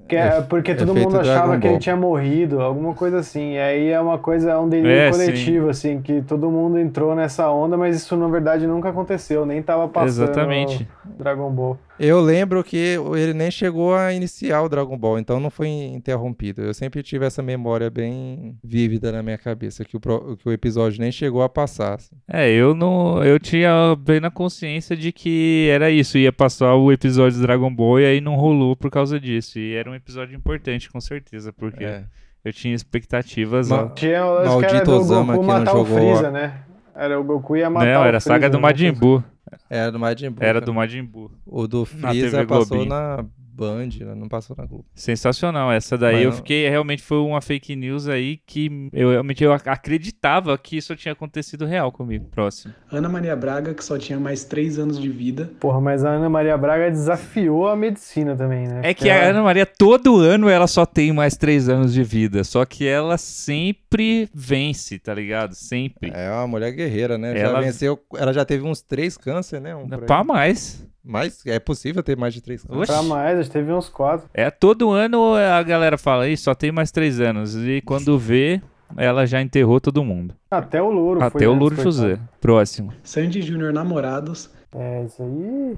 Speaker 2: Que é
Speaker 3: Efe-
Speaker 2: porque todo
Speaker 3: efeito
Speaker 2: mundo achava
Speaker 3: Dragon
Speaker 2: que ele
Speaker 3: Ball.
Speaker 2: tinha morrido, alguma coisa assim. E aí é uma coisa, é um delírio
Speaker 1: É,
Speaker 2: coletivo, assim, que todo mundo entrou nessa onda, mas isso na verdade nunca aconteceu, nem tava passando
Speaker 1: Exatamente.
Speaker 2: Dragon Ball.
Speaker 3: Eu lembro que ele nem chegou a iniciar o Dragon Ball, então não foi interrompido. Eu sempre tive essa memória bem vívida na minha cabeça, que o, pro- que o episódio nem chegou a passar. assim.
Speaker 1: É, eu não. Eu tinha bem na consciência de que era isso. Ia passar o episódio do Dragon Ball e aí não rolou por causa disso. E era um episódio importante, com certeza, porque
Speaker 3: É.
Speaker 1: Eu tinha expectativas
Speaker 3: Mas-
Speaker 1: altas.
Speaker 2: Tinha o lance que era
Speaker 3: Maldito
Speaker 2: do
Speaker 3: Osama
Speaker 2: Goku
Speaker 3: que não
Speaker 2: matar o
Speaker 3: jogou
Speaker 2: Freeza,
Speaker 3: a-
Speaker 2: né? Era o Goku ia matar
Speaker 1: Não,
Speaker 2: o
Speaker 1: era a saga
Speaker 2: Freeza,
Speaker 1: do
Speaker 2: né?
Speaker 1: Majin Buu.
Speaker 3: Era do Majin Buu.
Speaker 1: Era
Speaker 3: cara.
Speaker 1: do Majin Buu.
Speaker 3: O do
Speaker 1: na
Speaker 3: Freeza
Speaker 1: TV
Speaker 3: passou
Speaker 1: Globinho.
Speaker 3: na Band, né? não passou na Globo.
Speaker 1: Sensacional. Essa daí
Speaker 3: Mas
Speaker 1: eu
Speaker 3: não-
Speaker 1: fiquei. Realmente foi uma fake news aí que eu realmente eu ac- acreditava que isso tinha acontecido real comigo. Próximo.
Speaker 5: Ana Maria Braga, que só tinha mais três anos de vida,
Speaker 2: Porra, mas a Ana Maria Braga desafiou a medicina também, né?
Speaker 1: É
Speaker 2: Porque
Speaker 1: que a
Speaker 2: ela-
Speaker 1: Ana Maria, todo ano, ela só tem mais três anos de vida. Só que ela sempre vence, tá ligado? Sempre.
Speaker 3: É uma mulher guerreira, né? Já
Speaker 1: Ela-
Speaker 3: venceu. Ela já teve uns três câncer, né? Um por aí.
Speaker 1: Pra mais.
Speaker 3: Mas é possível ter mais de três câncer.
Speaker 1: Oxi.
Speaker 2: Pra mais, acho que teve uns quatro.
Speaker 1: É, todo ano a galera fala, Ih, só tem mais três anos. E quando vê, ela já enterrou todo mundo.
Speaker 2: Até o Louro. foi
Speaker 1: Até o
Speaker 2: antes,
Speaker 1: Louro
Speaker 2: coitado.
Speaker 1: José. Próximo.
Speaker 5: Sandy Júnior namorados,
Speaker 2: É, isso aí.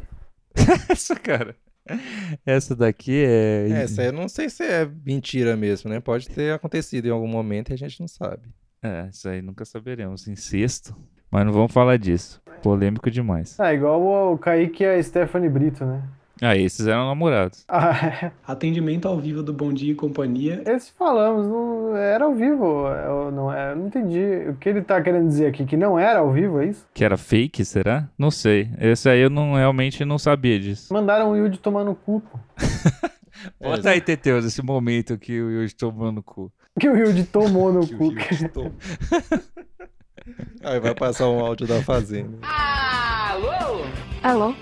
Speaker 1: Essa, cara. Essa daqui é.
Speaker 3: Essa eu não sei se é mentira mesmo, né? Pode ter acontecido em algum momento e a gente não sabe.
Speaker 1: É, isso aí nunca saberemos. Incesto. Mas não vamos falar disso. Polêmico demais.
Speaker 2: Ah, igual o, o Kaique e a Stephanie Brito, né?
Speaker 1: Ah, esses eram namorados.
Speaker 2: Ah,
Speaker 5: atendimento ao vivo do Bom Dia e Companhia,
Speaker 2: esse falamos, não, era ao vivo. eu não, é, eu não entendi. O que ele tá querendo dizer aqui? Que não era ao vivo, é isso?
Speaker 1: Que era fake, será? Não sei. Esse aí eu não, realmente não sabia disso.
Speaker 2: Mandaram o Yudi tomar no cu. pô.
Speaker 1: Bota aí, Teteus, esse momento que eu, eu estou tomando cu.
Speaker 2: Que o Yudi tomou no
Speaker 3: Que o
Speaker 2: cu.
Speaker 3: Rio estou. Aí vai passar um áudio da Fazenda.
Speaker 6: Alô?
Speaker 7: Alô,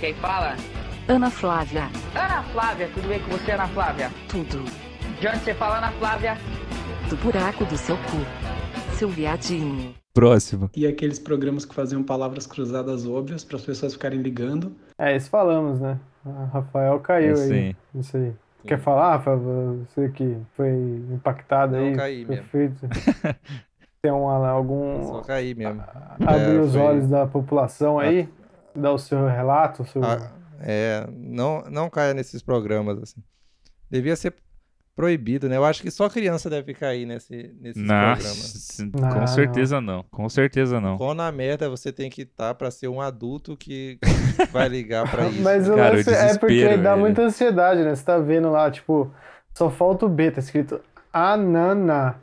Speaker 6: Quem fala?
Speaker 7: Ana Flávia.
Speaker 6: Ana Flávia, tudo bem com você, Ana Flávia?
Speaker 7: Tudo.
Speaker 6: De onde você fala, Ana Flávia?
Speaker 7: Do buraco do seu cu. Seu viadinho.
Speaker 1: Próximo.
Speaker 5: e aqueles programas que faziam palavras cruzadas óbvias para as pessoas ficarem ligando.
Speaker 2: É, esse falamos, né? Ah, Rafael caiu
Speaker 1: Esse
Speaker 2: aí.
Speaker 1: aí.
Speaker 2: Isso aí. Quer falar, Rafa? Você que foi impactado
Speaker 3: Não,
Speaker 2: aí.
Speaker 3: caí mesmo.
Speaker 2: Perfeito. Tem um, algum.
Speaker 3: Só cair mesmo.
Speaker 2: Abrir
Speaker 3: É,
Speaker 2: os
Speaker 3: foi-
Speaker 2: olhos da população aí, dar o seu relato, o seu.
Speaker 3: Ah, é, não, não caia nesses programas assim. Devia ser proibido, né? Eu acho que só criança deve cair nesse, nesses programas.
Speaker 1: Nossa,
Speaker 2: Não,
Speaker 1: com
Speaker 2: não.
Speaker 1: certeza não. Com certeza não.
Speaker 3: Quando na merda você tem que estar pra ser um adulto que vai ligar pra isso.
Speaker 2: Mas o
Speaker 1: Cara, o
Speaker 2: lance é porque
Speaker 1: desespero,
Speaker 2: dá
Speaker 1: velho.
Speaker 2: muita ansiedade, né? Você tá vendo lá, tipo, só falta o B, tá escrito anana.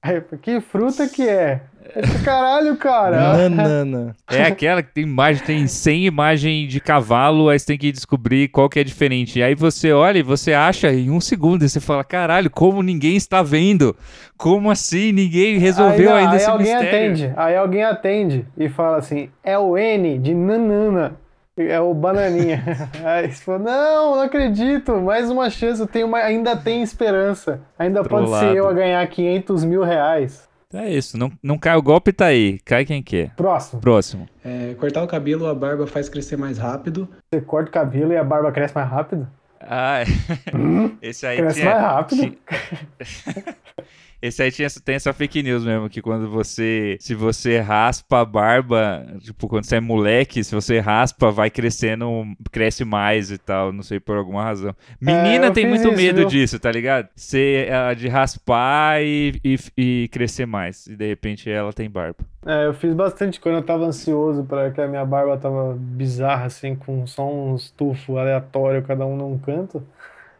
Speaker 2: Aí, Que fruta que é? Esse caralho, cara.
Speaker 3: Nanana.
Speaker 1: É aquela que tem imagem, tem 100 imagens de cavalo, aí você tem que descobrir qual que é diferente. E aí você olha e você acha em um segundo, e você fala, caralho, como ninguém está vendo? Como assim? Ninguém resolveu
Speaker 2: aí, não,
Speaker 1: ainda
Speaker 2: aí
Speaker 1: esse
Speaker 2: alguém
Speaker 1: mistério.
Speaker 2: atende, aí alguém atende e fala assim, é o N de nanana. É o bananinha. aí você fala, não, não acredito, mais uma chance, eu tenho uma- ainda tem esperança. Ainda pode
Speaker 1: Trollado.
Speaker 2: ser eu a ganhar 500 mil reais.
Speaker 1: É isso, não, não cai o golpe, tá aí. Cai quem quer.
Speaker 2: Próximo.
Speaker 1: Próximo.
Speaker 5: É, cortar o cabelo, a barba faz crescer mais rápido.
Speaker 2: Você corta o cabelo e a barba cresce mais rápido?
Speaker 1: Ah, esse aí
Speaker 2: Hum? Cresce mais rápido.
Speaker 1: Ti- Esse aí tinha, tem essa fake news mesmo, que quando você. Se você raspa a barba, tipo, quando você é moleque, se você raspa, vai crescendo, cresce mais e tal, não sei por alguma razão. Menina
Speaker 2: É, eu
Speaker 1: tem
Speaker 2: fiz
Speaker 1: muito
Speaker 2: isso,
Speaker 1: medo
Speaker 2: viu?
Speaker 1: disso, tá ligado? Ser ah, de raspar e, e, e crescer mais. E de repente ela tem barba.
Speaker 2: É, eu fiz bastante quando eu tava ansioso para que a minha barba tava bizarra, assim, com só um estufo aleatório, cada um num canto.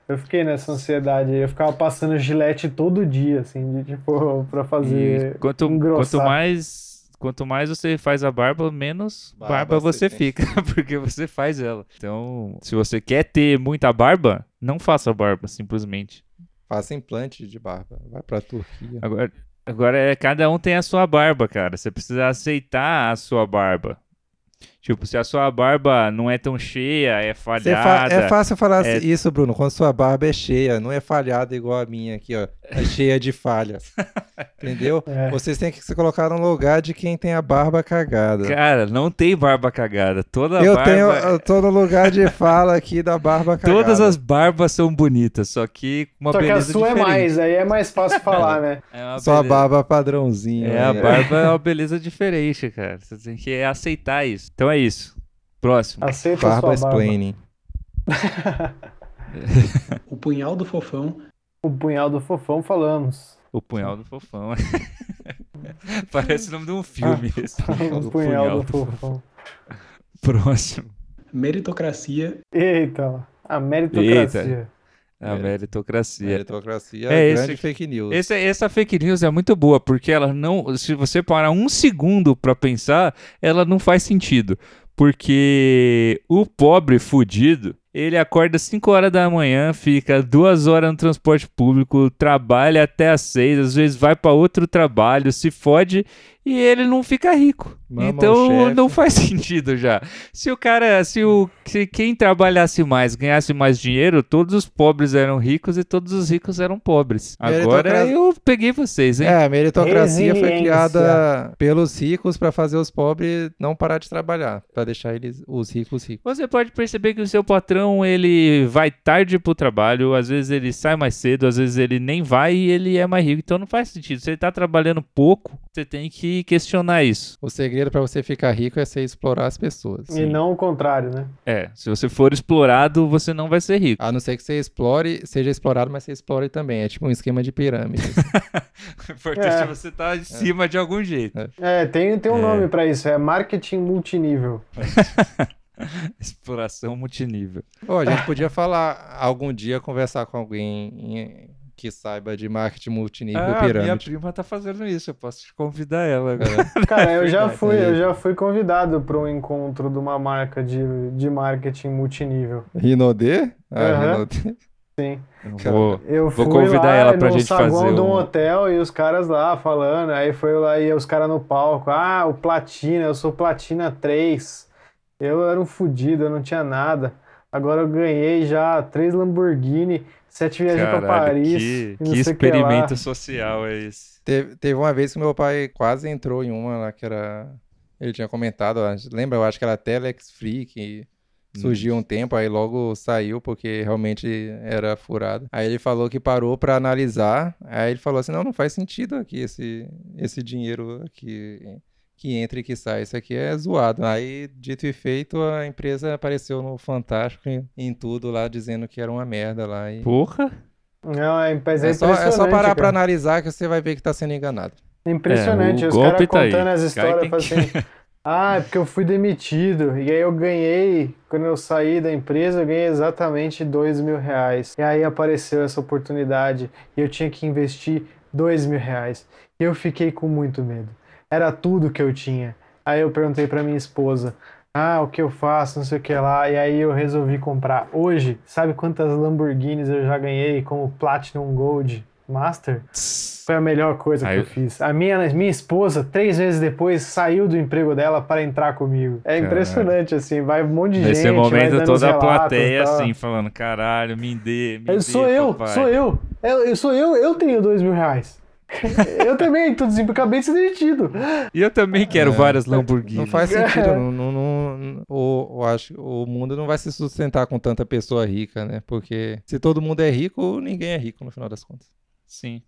Speaker 2: Eu fiquei nessa ansiedade aí. Eu ficava passando gilete todo dia, assim, de tipo, pra fazer.
Speaker 1: E quanto, quanto
Speaker 2: engrossar.
Speaker 1: mais. Quanto mais você faz a barba, menos barba,
Speaker 3: Barba
Speaker 1: você
Speaker 3: você tem.
Speaker 1: fica, porque você faz ela. Então, se você quer ter muita barba, não faça barba, simplesmente.
Speaker 3: Faça implante de barba. Vai pra Turquia.
Speaker 1: Agora, agora é, cada um tem a sua barba, cara. Você precisa aceitar a sua barba. Tipo, se a sua barba não é tão cheia, é
Speaker 3: Cê fa-
Speaker 1: falhada.
Speaker 3: é fácil falar
Speaker 1: É-
Speaker 3: isso, Bruno, quando sua barba é cheia, não é falhada igual a minha aqui, ó. É cheia de falhas. Entendeu?
Speaker 2: É.
Speaker 3: Vocês têm que se colocar no lugar de quem tem a barba cagada.
Speaker 1: Cara, não tem barba cagada. Toda
Speaker 3: eu
Speaker 1: barba é
Speaker 3: tenho, eu tô no lugar de fala aqui da barba cagada.
Speaker 1: Todas as barbas são bonitas, só que com uma
Speaker 2: Só que a
Speaker 1: beleza
Speaker 2: sua é
Speaker 1: diferente.
Speaker 2: mais, aí é mais fácil falar, né?
Speaker 1: É uma
Speaker 3: Só a
Speaker 1: beleza-
Speaker 3: barba padrãozinha.
Speaker 1: É, a
Speaker 3: né?
Speaker 1: barba é uma beleza diferente, cara. Você tem que aceitar isso. Então é isso. Próximo.
Speaker 2: Aceita a
Speaker 3: Barba é
Speaker 2: sua barba. é
Speaker 3: explaining.
Speaker 5: O punhal do fofão,
Speaker 2: O punhal do fofão falamos.
Speaker 1: O Punhal do Fofão. Parece o nome de um filme esse.
Speaker 2: O Ah, punhal do fofão.
Speaker 1: Próximo.
Speaker 5: meritocracia
Speaker 2: Eita, lá. a meritocracia.
Speaker 1: A meritocracia.
Speaker 3: Meritocracia
Speaker 1: É
Speaker 3: é
Speaker 1: esse
Speaker 3: grande
Speaker 1: que-
Speaker 3: fake news.
Speaker 1: Esse- essa fake news é muito boa, porque ela não. Se você parar um segundo pra pensar, ela não faz sentido. Porque o pobre fudido, ele acorda 5 horas da manhã, fica duas horas no transporte público, trabalha até às 6, às vezes vai pra outro trabalho, se fode e ele não fica rico.
Speaker 3: Mama o
Speaker 1: então
Speaker 3: chefe.
Speaker 1: não faz sentido já. Se o cara, se o se quem trabalhasse mais, ganhasse mais dinheiro, todos os pobres eram ricos e todos os ricos eram pobres. Agora
Speaker 3: Meritocracia-
Speaker 1: eu peguei vocês, hein?
Speaker 3: É, a meritocracia foi
Speaker 2: Resiliência.
Speaker 3: criada pelos ricos pra fazer os pobres não parar de trabalhar, Pra deixar eles os ricos ricos.
Speaker 1: Você pode perceber que o seu patrão, ele vai tarde pro trabalho, às vezes ele sai mais cedo, às vezes ele nem vai e ele é mais rico. Então não faz sentido. Se ele tá trabalhando pouco, você tem que questionar isso.
Speaker 3: O segredo pra você ficar rico é você explorar as pessoas.
Speaker 2: E não o contrário, né?
Speaker 1: É, se você for explorado, você não vai ser rico.
Speaker 3: A não ser que você explore, seja explorado, mas você explore também. É tipo um esquema de pirâmide.
Speaker 1: O importante
Speaker 2: É.
Speaker 1: é você estar em cima de algum jeito.
Speaker 2: É, tem, tem um
Speaker 1: É.
Speaker 2: nome pra isso, é marketing multinível.
Speaker 1: Exploração multinível.
Speaker 3: Pô, a gente podia falar algum dia, conversar com alguém em- que saiba de marketing multinível
Speaker 1: Ah, minha
Speaker 3: pirâmide.
Speaker 1: prima tá fazendo isso, eu posso te convidar ela agora.
Speaker 2: Cara, eu já
Speaker 1: Verdade.
Speaker 2: fui, eu já fui convidado para um encontro de uma marca de, de marketing multinível.
Speaker 3: Rinodê? Ah,
Speaker 2: Aham.
Speaker 3: Rinodê.
Speaker 1: Eu vou-
Speaker 2: Eu
Speaker 1: Vou
Speaker 2: fui
Speaker 1: convidar
Speaker 2: lá
Speaker 1: ela pra
Speaker 2: no
Speaker 1: gente
Speaker 2: saguão
Speaker 1: fazer
Speaker 2: de um
Speaker 1: um-
Speaker 2: hotel e os caras lá falando, aí foi lá e os caras no palco, ah, o Platina, eu sou Platina 3. Eu era um fudido, eu não tinha nada. Agora eu ganhei já três Lamborghini, sete viagens para
Speaker 1: Caralho,
Speaker 2: Paris.
Speaker 1: que,
Speaker 2: e não
Speaker 1: que
Speaker 2: sei o que lá.
Speaker 1: experimento social é esse?
Speaker 3: Teve, teve uma vez que meu pai quase entrou em uma lá que era. Ele tinha comentado, ó, lembra? Eu acho que era Telex Free, que surgiu um tempo, aí logo saiu, porque realmente era furado. Aí ele falou que parou pra analisar, aí ele falou assim: não, não faz sentido aqui esse, esse dinheiro aqui. Que entra e que sai, isso aqui é zoado. Aí, dito e feito, a empresa apareceu no Fantástico em, em tudo lá, dizendo que era uma merda lá. E...
Speaker 1: Porra!
Speaker 2: Não, é, mas é
Speaker 3: É só, é só
Speaker 2: impressionante,
Speaker 3: parar pra
Speaker 2: cara.
Speaker 3: analisar que você vai ver que tá sendo enganado.
Speaker 2: Impressionante,
Speaker 1: É, o
Speaker 2: os caras
Speaker 1: golpe tá aí.
Speaker 2: contando as
Speaker 1: Cai
Speaker 2: histórias,
Speaker 1: quem
Speaker 2: fazendo. Ah, é porque eu fui demitido. E aí eu ganhei, quando eu saí da empresa, eu ganhei exatamente dois mil reais. E aí apareceu essa oportunidade e eu tinha que investir dois mil reais. E eu fiquei com muito medo. Era tudo que eu tinha. Aí eu perguntei pra minha esposa: Ah, o que eu faço? Não sei o que lá. E aí eu resolvi comprar. Hoje, sabe quantas Lamborghinis eu já ganhei como Platinum Gold Master? Foi a melhor coisa
Speaker 1: Aí-
Speaker 2: que eu fiz. A minha, minha esposa, três meses depois, saiu do emprego dela para entrar comigo. É
Speaker 1: Caralho.
Speaker 2: impressionante, assim. Vai um monte de
Speaker 1: Nesse
Speaker 2: gente. vai
Speaker 1: momento
Speaker 2: dando os
Speaker 1: toda a
Speaker 2: relatos,
Speaker 1: plateia
Speaker 2: tá?
Speaker 1: assim, falando, caralho, me dê, me
Speaker 2: Eu-
Speaker 1: dê,
Speaker 2: sou eu,
Speaker 1: papai."
Speaker 2: sou eu, É, eu. eu Sou eu, eu tenho dois mil reais. eu também, tô desem- acabei de ser demitido.
Speaker 1: E eu também quero várias Lamborghini.
Speaker 3: Não faz sentido. não, não, não- o, eu acho que o mundo não vai se sustentar com tanta pessoa rica, né? Porque se todo mundo é rico, ninguém é rico no final das contas.
Speaker 1: Sim.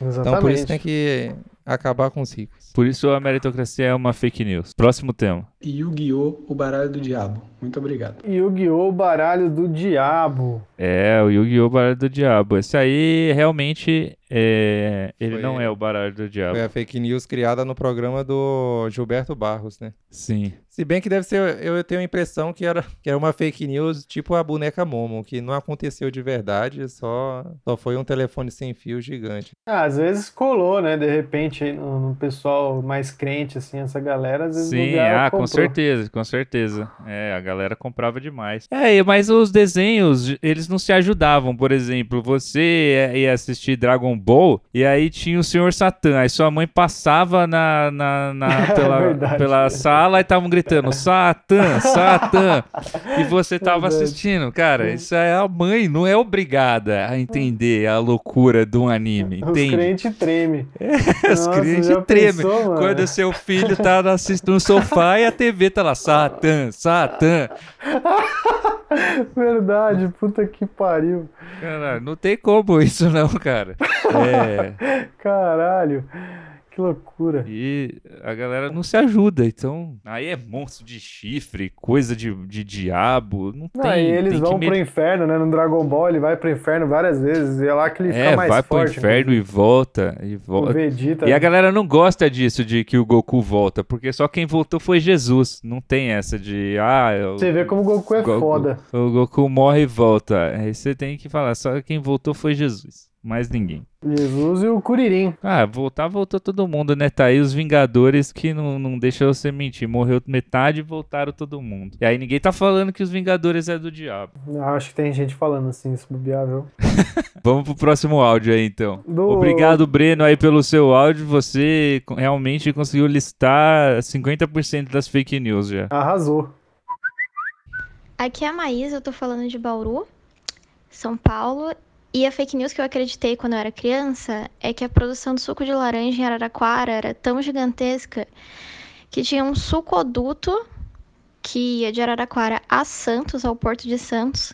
Speaker 3: Então por isso
Speaker 2: Exatamente.
Speaker 3: tem que acabar com os ricos.
Speaker 1: Por isso a meritocracia é uma fake news. Próximo tema.
Speaker 5: E Yu-Gi-Oh! O Baralho do Diabo. Muito obrigado.
Speaker 2: Yu-Gi-Oh! Baralho do Diabo.
Speaker 1: É, o Yu-Gi-Oh! Baralho do Diabo. Esse aí, realmente, é... ele
Speaker 3: Foi-
Speaker 1: não é o Baralho do Diabo.
Speaker 3: Foi a fake news criada no programa do Gilberto Barros, né?
Speaker 1: Sim.
Speaker 3: Se bem que deve ser, eu eu tenho a impressão que era, que era uma fake news tipo a boneca Momo, que não aconteceu de verdade, só, só foi um telefone sem fio gigante.
Speaker 2: Ah, às vezes colou, né? De repente, aí no, no pessoal mais crente, assim, essa galera, às vezes o
Speaker 1: Sim,
Speaker 2: cara
Speaker 1: ah, com
Speaker 2: comprou.
Speaker 1: certeza, com certeza. É, a galera comprava demais. É, e- mas os desenhos, eles não se ajudavam. Por exemplo, você ia- ia assistir Dragon Ball e aí tinha o Senhor Satã. Aí sua mãe passava na, na, na- pela,
Speaker 2: É verdade.
Speaker 1: pela sala e estavam gritando: Satã, Satã. E você tava
Speaker 2: É Verdade.
Speaker 1: assistindo. Cara, isso é a mãe, não é obrigada a entender a loucura de um anime,
Speaker 2: Os
Speaker 1: entende?
Speaker 2: crentes tremem.
Speaker 1: Os
Speaker 2: Nossa,
Speaker 1: crentes
Speaker 2: já
Speaker 1: tremem.
Speaker 2: pensou, mano?
Speaker 1: Quando o seu filho tá na- assistindo no sofá e a TV tá lá, Satã, Satã.
Speaker 2: Verdade, puta que pariu.
Speaker 1: Cara, não tem como isso não, cara. É,
Speaker 2: Caralho. Que loucura.
Speaker 1: E a galera não se ajuda, então. Aí é monstro de chifre, coisa de, de diabo. Não tem.
Speaker 2: Não, e eles
Speaker 1: tem que
Speaker 2: vão
Speaker 1: me-
Speaker 2: pro inferno, né? No Dragon Ball ele vai pro inferno várias vezes. E é lá que ele
Speaker 1: É,
Speaker 2: fica mais
Speaker 1: vai pro
Speaker 2: forte.
Speaker 1: inferno e volta. E
Speaker 2: né? O
Speaker 1: volta.
Speaker 2: Vegeta.
Speaker 1: E a galera não gosta disso, de que o Goku volta, porque só quem voltou foi Jesus. Não tem essa de, ah, eu-
Speaker 2: Você vê como o Goku é
Speaker 1: Goku.
Speaker 2: foda.
Speaker 1: o Goku morre e volta. Aí você tem que falar, só quem voltou foi Jesus. Mais ninguém.
Speaker 2: Jesus e o Kuririn.
Speaker 1: Ah, voltar, voltou todo mundo, né? Tá aí os Vingadores que não, não deixa você mentir. Morreu metade e voltaram todo mundo. E aí ninguém tá falando que os Vingadores é do diabo.
Speaker 2: Eu Acho que tem gente falando assim, se bobear, viu?
Speaker 1: Vamos pro próximo áudio aí, então.
Speaker 2: Do-
Speaker 1: Obrigado, Breno, aí pelo seu áudio. Você co- realmente conseguiu listar 50% das fake news já.
Speaker 2: Arrasou.
Speaker 8: Aqui é a Maísa, eu tô falando de Bauru, São Paulo. E a fake news que eu acreditei quando eu era criança é que a produção de suco de laranja em Araraquara era tão gigantesca que tinha um sucoduto que ia de Araraquara a Santos, ao Porto de Santos,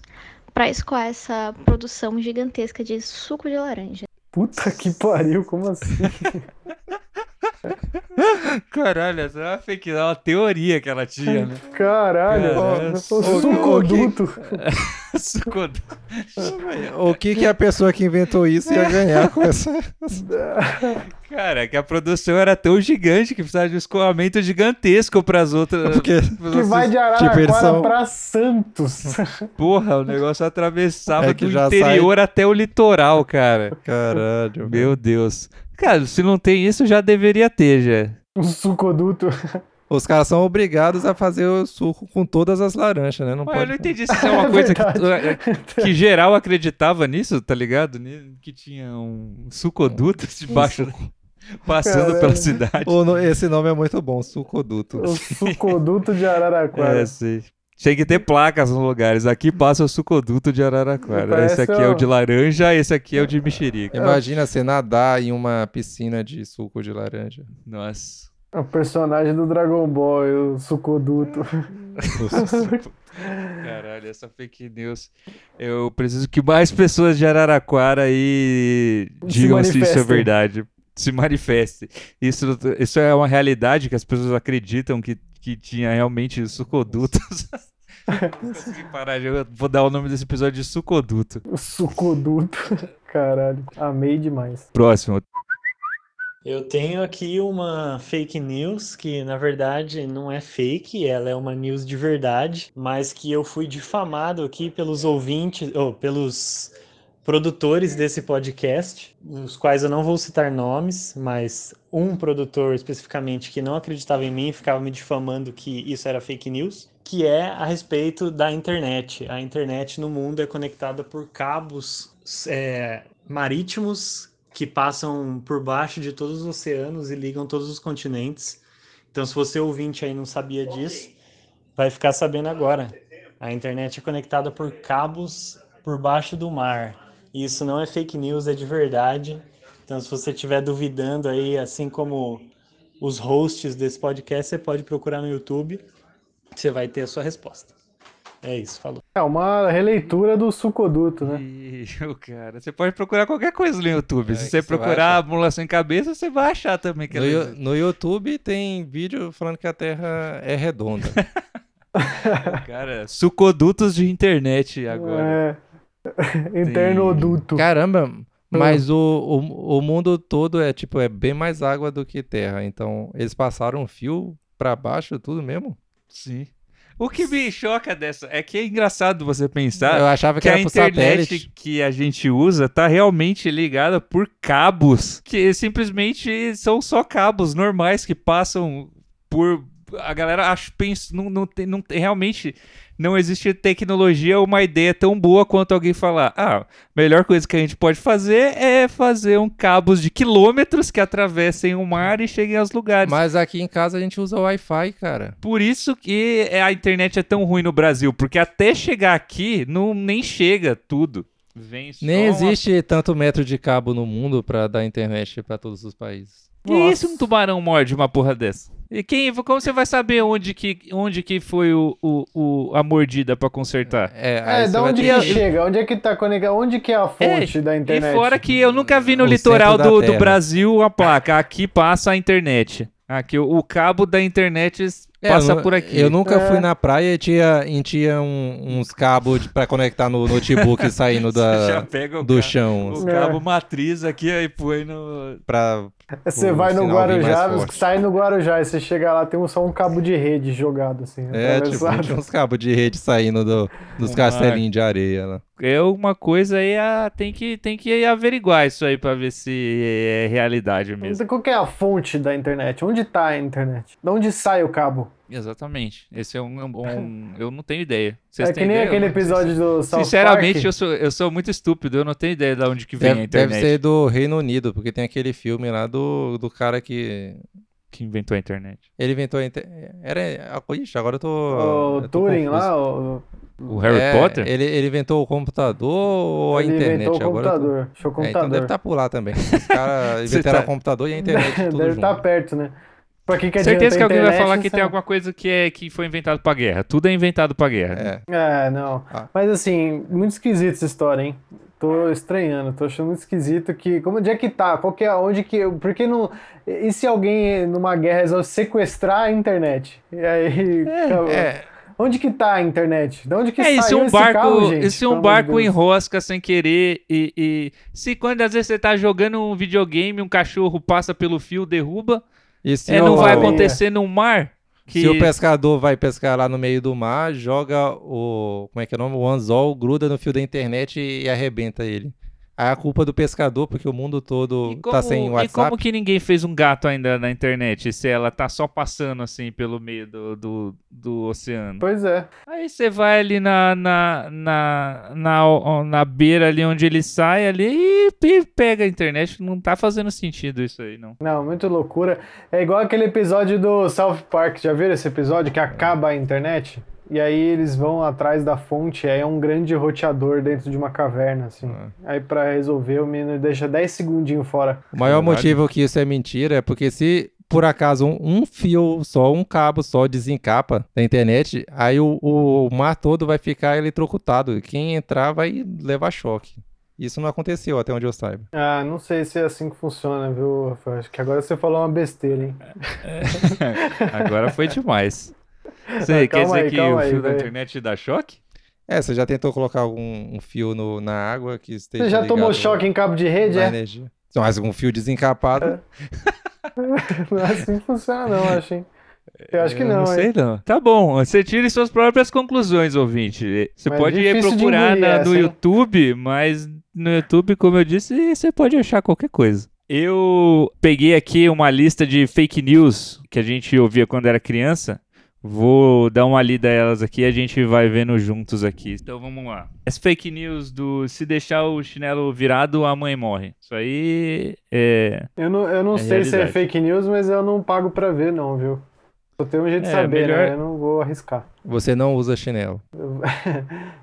Speaker 8: pra escoar essa produção gigantesca de suco de laranja.
Speaker 2: Puta que pariu, como assim?
Speaker 1: Caralho, essa é uma fake news, uma teoria que ela tinha, né?
Speaker 2: Caralho,
Speaker 1: Cara, ô,
Speaker 2: o um sucoduto.
Speaker 1: Sucodu-
Speaker 3: O que, que a pessoa que inventou isso ia ganhar com essa?
Speaker 1: Cara, é que a produção era tão gigante que precisava de um escoamento gigantesco pras outras.
Speaker 3: É Porque
Speaker 2: Que vai de Araraquara
Speaker 3: eles são-
Speaker 2: pra Santos.
Speaker 1: Porra, o negócio atravessava
Speaker 3: É que
Speaker 1: do
Speaker 3: já
Speaker 1: interior até o litoral, cara.
Speaker 3: Caralho, meu.
Speaker 1: Meu Deus. Cara, se não tem isso, já deveria ter, já.
Speaker 2: Um sucoduto.
Speaker 3: Os caras são obrigados a fazer o suco com todas as laranjas, né? Não
Speaker 1: Mas eu
Speaker 3: pode.
Speaker 1: não entendi se isso é uma coisa é, que, que geral acreditava nisso, tá ligado? Ni- Que tinha um sucoduto debaixo, passando pela
Speaker 2: Caralho.
Speaker 1: cidade.
Speaker 3: O no- Esse nome é muito bom, sucoduto.
Speaker 2: O sucoduto de
Speaker 1: É,
Speaker 2: Araraquara.
Speaker 1: sei. Tinha que ter placas nos lugares. Aqui passa o sucoduto de Araraquara. Esse
Speaker 2: Parece
Speaker 1: aqui é o
Speaker 2: um-
Speaker 1: de laranja, esse aqui é o de mexerica.
Speaker 3: Imagina você nadar em uma piscina de suco de laranja.
Speaker 1: Nossa.
Speaker 3: É.
Speaker 2: O personagem do Dragon Ball, e o sucoduto.
Speaker 1: Caralho, essa fake news. Eu preciso que mais pessoas de Araraquara aí
Speaker 2: Se
Speaker 1: digam se isso é
Speaker 2: manifestem.
Speaker 1: verdade. Se manifeste. Isso, isso é uma realidade que as pessoas acreditam que, que tinha realmente sucodutos. Não consegui parar, eu vou dar o nome desse episódio de sucoduto.
Speaker 2: O sucoduto. Caralho, amei demais.
Speaker 1: Próximo.
Speaker 9: Eu tenho aqui uma fake news que, na verdade, não é fake, ela é uma news de verdade, mas que eu fui difamado aqui pelos ouvintes, ou pelos produtores desse podcast, os quais eu não vou citar nomes, mas um produtor especificamente que não acreditava em mim ficava me difamando que isso era fake news, que é a respeito da internet. A internet no mundo é conectada por cabos é, marítimos que passam por baixo de todos os oceanos e ligam todos os continentes. Então, se você ouvinte aí não sabia disso, vai ficar sabendo agora. A internet é conectada por cabos por baixo do mar. E Isso não é fake news, é de verdade. Então, se você estiver duvidando aí, assim como os hosts desse podcast, você pode procurar no YouTube. Você vai ter a sua resposta. É isso, falou.
Speaker 2: É uma releitura do sucoduto, né?
Speaker 1: Ih, o cara, você pode procurar qualquer coisa no YouTube.
Speaker 3: É,
Speaker 1: Se
Speaker 3: que
Speaker 1: você
Speaker 3: você vai
Speaker 1: procurar a mula sem cabeça, você vai achar também. Que
Speaker 3: No,
Speaker 1: ela é
Speaker 3: Yo-
Speaker 1: existe.
Speaker 3: no YouTube tem vídeo falando que a Terra é redonda.
Speaker 1: Cara, sucodutos de internet agora.
Speaker 2: É. Internoduto.
Speaker 3: Caramba, mas o, o, o mundo todo é tipo, é bem mais água do que terra. Então, eles passaram um fio pra baixo, tudo mesmo?
Speaker 1: Sim. O que me choca dessa é que é engraçado você
Speaker 3: Eu
Speaker 1: pensar
Speaker 3: achava que,
Speaker 1: Ah, que a
Speaker 3: era pro
Speaker 1: internet
Speaker 3: satélite.
Speaker 1: que a gente usa tá realmente ligada por cabos, que simplesmente são só cabos normais que passam por a galera acho pensa não, não tem não tem- realmente não existe tecnologia ou uma ideia tão boa quanto alguém falar ah a melhor coisa que a gente pode fazer é fazer um cabos de quilômetros que atravessem o mar e cheguem aos lugares
Speaker 3: Mas aqui em casa a gente usa o Wi-Fi, cara.
Speaker 1: por isso que é- a internet é tão ruim no Brasil, porque até chegar aqui não nem chega tudo. Vem só uma-
Speaker 3: Nem existe tanto metro de cabo no mundo pra dar internet pra todos os países.
Speaker 1: Que isso um tubarão morde uma porra dessa? E quem, como você vai saber onde que, onde que foi o, o, o- a mordida pra consertar?
Speaker 3: É, aí
Speaker 2: É,
Speaker 3: você
Speaker 2: da
Speaker 3: vai
Speaker 2: onde
Speaker 3: ter
Speaker 2: que
Speaker 3: que-
Speaker 2: chega? Onde é que tá conectado? Onde que é a fonte da internet?
Speaker 1: E fora que eu nunca vi no
Speaker 3: O
Speaker 1: litoral
Speaker 3: centro da
Speaker 1: do, do
Speaker 3: Terra.
Speaker 1: Brasil a placa. Aqui passa a internet. Aqui o, o cabo da internet s-
Speaker 3: É,
Speaker 1: passa
Speaker 3: eu nu-
Speaker 1: por aqui.
Speaker 3: Eu nunca
Speaker 2: É.
Speaker 3: fui na praia e tinha, e tinha um- uns cabos de- pra conectar no notebook saindo
Speaker 1: Você já
Speaker 3: da,
Speaker 1: pega o,
Speaker 3: do
Speaker 1: ca-
Speaker 3: chão. assim,
Speaker 1: o
Speaker 2: É.
Speaker 1: cabo matriz aqui aí põe no.
Speaker 3: Pra...
Speaker 2: Você
Speaker 3: o
Speaker 2: vai no
Speaker 3: sinal vir mais
Speaker 2: Guarujá,
Speaker 3: forte.
Speaker 2: sai no Guarujá e você chega lá, tem um- só um cabo de rede jogado assim,
Speaker 3: É, tipo,
Speaker 2: atravessado.
Speaker 3: tinha uns cabos de rede saindo do- dos
Speaker 1: Uma-
Speaker 3: castelinhos de areia lá.
Speaker 1: É uma coisa aí, a- tem, que, tem que averiguar isso aí pra ver se é realidade
Speaker 3: um-
Speaker 1: mesmo.
Speaker 2: Qual que é a fonte da internet? Onde tá a internet? De onde sai o cabo?
Speaker 1: Exatamente. Esse é um. um- eu não tenho ideia. Vocês
Speaker 2: é que
Speaker 1: têm
Speaker 2: nem
Speaker 1: ideia?
Speaker 2: aquele
Speaker 1: Eu não-
Speaker 2: episódio do South
Speaker 1: Sinceramente,
Speaker 2: Park.
Speaker 1: eu, sou, eu sou muito estúpido, eu não tenho ideia de onde que vem a
Speaker 3: Deve,
Speaker 1: internet.
Speaker 3: deve ser do Reino Unido, porque tem aquele filme lá do, do cara que.
Speaker 1: Que inventou a internet.
Speaker 3: Ele inventou a internet. Era. Ixi, agora eu tô.
Speaker 2: O
Speaker 3: eu tô
Speaker 2: Turing
Speaker 3: confuso.
Speaker 2: lá, o...
Speaker 1: O Harry
Speaker 3: É,
Speaker 1: Potter?
Speaker 3: Ele, ele inventou o computador ou
Speaker 2: ele
Speaker 3: a internet?
Speaker 2: inventou o
Speaker 3: Agora eu tô-
Speaker 2: computador. Achou o
Speaker 3: É, então
Speaker 2: computador.
Speaker 1: tá
Speaker 3: deve estar por lá também. Os caras
Speaker 1: Você
Speaker 3: inventaram
Speaker 1: tá-
Speaker 3: o computador e a internet tudo
Speaker 2: É, Deve
Speaker 3: junto.
Speaker 2: estar perto, né? Pra que que
Speaker 1: Certeza
Speaker 2: adianta
Speaker 1: que alguém vai
Speaker 2: internet,
Speaker 1: falar que
Speaker 2: se
Speaker 1: tem
Speaker 2: não-
Speaker 1: alguma coisa que, é, que foi inventado pra guerra. Tudo é inventado pra guerra.
Speaker 3: É.
Speaker 2: É, não.
Speaker 3: Ah.
Speaker 2: Mas assim, muito esquisito essa história, hein? Tô estranhando, tô achando muito esquisito que. Como onde é que tá? Qual que é onde que. Por que não. E se alguém numa guerra resolve sequestrar a internet? E aí. cara,
Speaker 3: é.
Speaker 2: Onde que tá a internet? De onde que
Speaker 1: É, e se um
Speaker 2: saiu esse
Speaker 1: barco,
Speaker 2: carro, gente?
Speaker 1: e se
Speaker 2: Pelo
Speaker 1: um
Speaker 2: amor de
Speaker 1: barco
Speaker 2: Deus.
Speaker 1: enrosca sem querer e, e- se quando às vezes você tá jogando um videogame, um cachorro passa pelo fio, derruba,
Speaker 3: E se
Speaker 1: é,
Speaker 3: o,
Speaker 1: não vai
Speaker 2: Paulinha.
Speaker 1: acontecer no mar que
Speaker 3: Se o pescador vai pescar lá no meio do mar, joga o. Como é que é o nome? O anzol, gruda no fio da internet e arrebenta ele. Aí é a culpa do pescador, porque o mundo todo
Speaker 1: e como,
Speaker 3: tá sem
Speaker 1: e
Speaker 3: WhatsApp.
Speaker 1: como que ninguém fez um gato ainda na internet se ela tá só passando assim pelo meio do, do, do oceano?
Speaker 2: Pois é.
Speaker 1: Aí você vai ali na, na, na, na, ó, na beira ali onde ele sai ali e pe- pega a internet. Não tá fazendo sentido isso aí, não.
Speaker 2: Não, muito loucura. É igual aquele episódio do South Park, já viram esse episódio que acaba a internet? E aí eles vão atrás da fonte, aí é um grande roteador dentro de uma caverna, assim.
Speaker 1: É.
Speaker 2: Aí pra resolver o menino deixa 10 segundinhos fora.
Speaker 3: O maior
Speaker 1: Caralho.
Speaker 3: motivo que isso é mentira é porque se por acaso um, um fio só, um cabo só desencapa da internet, aí o, o mar todo vai ficar eletrocutado. E Quem entrar vai levar choque. Isso não aconteceu, até onde eu saiba.
Speaker 2: Ah, não sei se é assim que funciona, viu, Rafael? Acho que agora você falou uma besteira, hein?
Speaker 1: Agora foi demais. Você
Speaker 2: Ah,
Speaker 1: quer
Speaker 2: calma
Speaker 1: dizer
Speaker 2: aí,
Speaker 1: que
Speaker 2: calma
Speaker 1: o
Speaker 2: aí,
Speaker 1: fio da
Speaker 2: vai.
Speaker 1: internet te dá choque?
Speaker 3: É, você já tentou colocar algum um fio no- na água que esteja
Speaker 2: Você já
Speaker 3: ligado
Speaker 1: né?
Speaker 2: tomou choque em cabo de
Speaker 3: na
Speaker 2: rede? É?
Speaker 3: energia? Mas um fio desencapado,
Speaker 2: Não é assim que funciona, não, acho, hein? Eu acho que
Speaker 1: Eu
Speaker 2: não, hein?
Speaker 1: sei, não. Tá bom, você tire suas próprias conclusões, ouvinte. Você
Speaker 2: Mas
Speaker 1: pode ir
Speaker 2: difícil de
Speaker 1: procurar
Speaker 2: engolir
Speaker 1: na-
Speaker 2: essa,
Speaker 1: no
Speaker 2: hein?
Speaker 1: YouTube, mas no YouTube, como eu disse, você pode achar qualquer coisa. Eu peguei aqui uma lista de fake news que a gente ouvia quando era criança. Vou dar uma lida a elas aqui e a gente vai vendo juntos aqui. Então vamos lá. As fake news do se deixar o chinelo virado, a mãe morre. Isso aí é.
Speaker 2: Eu não, eu não
Speaker 1: É
Speaker 2: sei se é
Speaker 1: realidade.
Speaker 2: fake news, mas eu não pago pra ver, não, viu? Só tem um jeito de
Speaker 1: É,
Speaker 2: saber,
Speaker 1: melhor-
Speaker 2: né? Eu não vou arriscar.
Speaker 3: você não usa chinelo.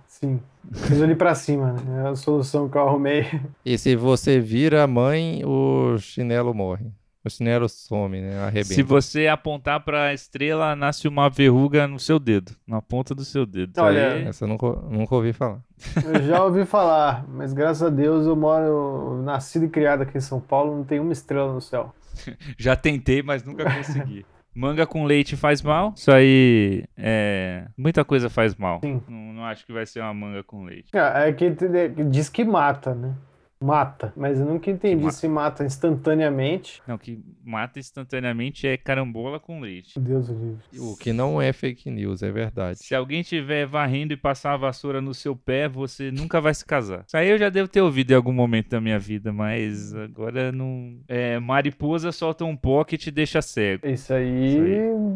Speaker 2: Sim. Fiz ali pra cima, né? É a solução que eu arrumei.
Speaker 3: E se você vira mãe, o chinelo morre. O chinelo some, né? Arrebenta.
Speaker 1: Se você apontar pra estrela, nasce uma verruga no seu dedo, na ponta do seu dedo. Isso
Speaker 2: Então, Olha,
Speaker 1: aí-
Speaker 3: Essa eu nunca, nunca ouvi falar.
Speaker 2: Eu já ouvi falar, mas graças a Deus eu moro nascido e criado aqui em São Paulo, não tem uma estrela no céu.
Speaker 1: é- já tentei, mas nunca consegui. Manga com leite faz mal? Isso aí é. Muita coisa faz mal.
Speaker 2: Sim.
Speaker 1: Não, não acho que vai ser uma manga com leite.
Speaker 2: É é que te- diz que mata, né? Mata, mas eu nunca entendi
Speaker 1: mata.
Speaker 2: se mata instantaneamente.
Speaker 1: Não, que mata instantaneamente é carambola com leite.
Speaker 2: Meu Deus do livre.
Speaker 3: O que não é fake news, é verdade.
Speaker 1: Se alguém tiver varrendo e passar a vassoura no seu pé, você nunca vai se casar. Isso aí eu já devo ter ouvido em algum momento da minha vida, mas agora não. É, mariposa solta um pocket e deixa cego.
Speaker 2: Isso aí,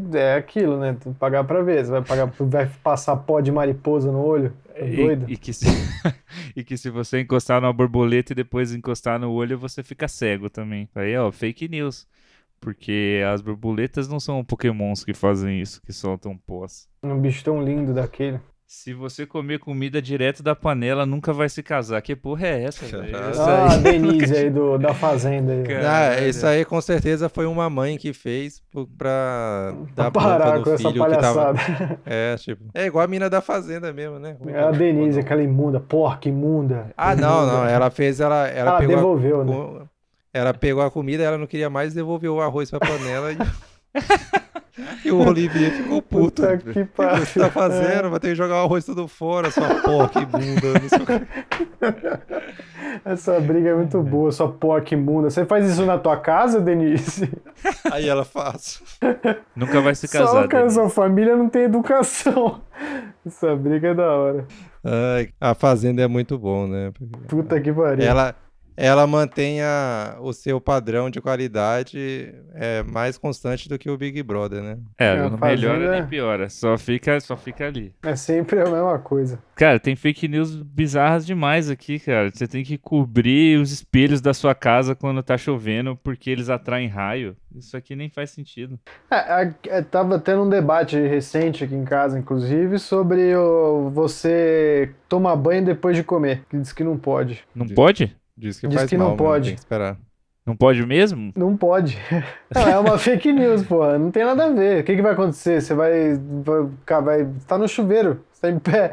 Speaker 1: Isso
Speaker 2: é aquilo, né? Tem que pagar pra ver. Você vai pagar, vai passar pó de mariposa no olho? É
Speaker 1: E-
Speaker 2: doido.
Speaker 1: E, que se, e que se você encostar numa borboleta e depois encostar no olho, você fica cego também. Aí, ó, fake news. Porque as borboletas não são pokémons que fazem isso, que soltam pós.
Speaker 2: Um bicho tão lindo daquele.
Speaker 1: Se você comer comida direto da panela, nunca vai se casar. Que porra é essa, velho?
Speaker 3: Ah,
Speaker 1: Essa
Speaker 2: Ah, a
Speaker 1: aí-
Speaker 2: Denise aí do, da Fazenda. aí.
Speaker 1: Cara.
Speaker 3: Ah,
Speaker 1: Caralho.
Speaker 3: isso aí com certeza foi uma mãe que fez pro- pra
Speaker 2: Pra
Speaker 3: dar bronca
Speaker 2: parar
Speaker 3: no
Speaker 2: com essa
Speaker 3: filho que tava.
Speaker 2: palhaçada.
Speaker 3: É, tipo. É igual a mina da fazenda mesmo, né? Como
Speaker 2: É a
Speaker 3: que-
Speaker 2: Denise,
Speaker 3: ou não?
Speaker 2: aquela imunda, porca imunda.
Speaker 3: Ah, não, não. Ela fez, ela, ela,
Speaker 2: Ela,
Speaker 3: pegou. a-
Speaker 2: devolveu, né?
Speaker 3: com- Ela pegou a comida, ela não queria mais, devolveu o arroz pra panela e. e o Olivier ficou puto.
Speaker 2: Puta
Speaker 3: O
Speaker 2: que
Speaker 3: que você
Speaker 2: pariu.
Speaker 3: tá fazendo? Vai ter que jogar o arroz tudo fora, sua porca imunda. Não sei o que.
Speaker 2: Essa briga é muito boa, sua porca imunda. Você faz isso na tua casa, Denise?
Speaker 3: Aí ela faz.
Speaker 1: Nunca vai se
Speaker 2: Só
Speaker 1: casar.
Speaker 2: o cara,
Speaker 1: Denise.
Speaker 2: sua família não tem educação. Essa briga é da hora.
Speaker 3: Ai, a fazenda é muito bom, né? Porque-
Speaker 2: Puta que pariu.
Speaker 3: ela, ela mantém a- o seu padrão de qualidade é, mais constante do que o Big Brother, né?
Speaker 1: É,
Speaker 2: a
Speaker 1: não
Speaker 2: Fazenda-
Speaker 1: melhora nem piora. Só fica, só fica ali.
Speaker 2: É sempre a mesma coisa.
Speaker 1: Cara, tem fake news bizarras demais aqui, cara. Você tem que cobrir os espelhos da sua casa quando tá chovendo porque eles atraem raio. Isso aqui nem faz sentido.
Speaker 2: É, a- é, tava tendo um debate recente aqui em casa, inclusive, sobre o- você tomar banho depois de comer, que diz que não pode.
Speaker 1: Não pode?
Speaker 3: Diz que
Speaker 2: Diz
Speaker 3: faz
Speaker 2: que não
Speaker 3: mal,
Speaker 2: pode.
Speaker 3: Mas tem que esperar.
Speaker 1: Não pode mesmo?
Speaker 2: Não pode. Não, é uma fake news, porra. Não tem nada a ver. O que, que vai acontecer? Você vai, vai, ficar- vai. Tá no chuveiro. Você tá em pé.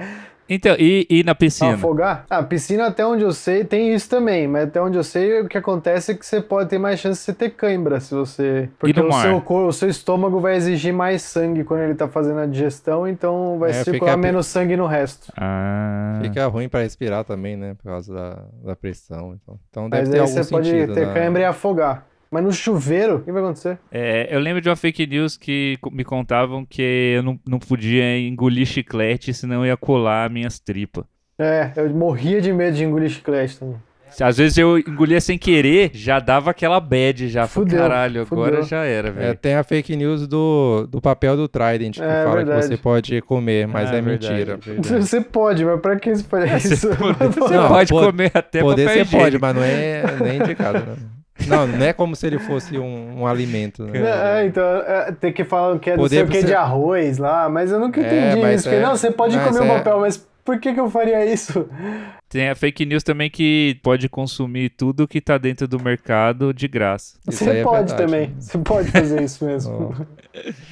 Speaker 1: Então, e, e na
Speaker 2: Pra
Speaker 1: piscina?
Speaker 2: afogar? Ah, piscina, até onde eu sei, tem isso também. Mas até onde eu sei, o que acontece é que você pode ter mais chance de você ter cãibra se você. Porque
Speaker 1: no
Speaker 2: o
Speaker 1: mar?
Speaker 2: seu, cor- o seu estômago vai exigir mais sangue quando ele tá fazendo a digestão, então vai
Speaker 3: É, fica
Speaker 2: circular
Speaker 3: pe-
Speaker 2: menos sangue no resto. É.
Speaker 1: Ah.
Speaker 3: Fica ruim pra respirar também, né? Por causa da, da pressão. Então, então deve
Speaker 2: Mas
Speaker 3: ter
Speaker 2: aí
Speaker 3: algum
Speaker 2: você pode
Speaker 3: sentido. né?
Speaker 2: ter
Speaker 3: na-
Speaker 2: cãibra e afogar. Mas no chuveiro, o que vai acontecer?
Speaker 1: É, eu lembro de uma fake news que co- me contavam que eu não, não podia engolir chiclete, senão eu ia colar minhas tripas.
Speaker 2: É, eu morria de medo de engolir chiclete também.
Speaker 1: Se- Às vezes eu engolia sem querer, já dava aquela bad já. Falei,
Speaker 2: Fudeu,
Speaker 1: Caralho, agora
Speaker 2: fudeu.
Speaker 1: já era,
Speaker 3: É,
Speaker 1: velho.
Speaker 3: tem a fake news do, do papel do Trident, que
Speaker 2: É,
Speaker 3: fala
Speaker 2: verdade.
Speaker 3: que você pode comer, mas
Speaker 1: Ah,
Speaker 3: é
Speaker 1: verdade,
Speaker 3: mentira.
Speaker 1: verdade.
Speaker 2: Você pode, mas pra que você faz isso?
Speaker 1: Você
Speaker 3: Não,
Speaker 1: pode
Speaker 3: É, pode-
Speaker 1: comer até
Speaker 3: Poder
Speaker 1: é papel
Speaker 3: você pode,
Speaker 1: higiênico.
Speaker 3: mas não é nem indicado. Né? Não, não é como se ele fosse um, um alimento. Né?
Speaker 2: É, então, é, tem que falar que é não
Speaker 3: Poder
Speaker 2: sei o que
Speaker 3: você-
Speaker 2: de arroz lá, mas eu nunca
Speaker 3: É,
Speaker 2: entendi
Speaker 3: mas
Speaker 2: isso. Porque,
Speaker 3: é-
Speaker 2: não, você pode
Speaker 3: não,
Speaker 2: comer
Speaker 3: isso
Speaker 2: o
Speaker 3: é-
Speaker 2: papel, mas por que, que eu faria isso?
Speaker 1: Tem a fake news também que pode consumir tudo que tá dentro do mercado de graça.
Speaker 3: Isso aí
Speaker 2: você
Speaker 3: é
Speaker 2: pode
Speaker 3: verdade, Oh.
Speaker 2: também,
Speaker 3: né?
Speaker 2: você pode fazer isso mesmo.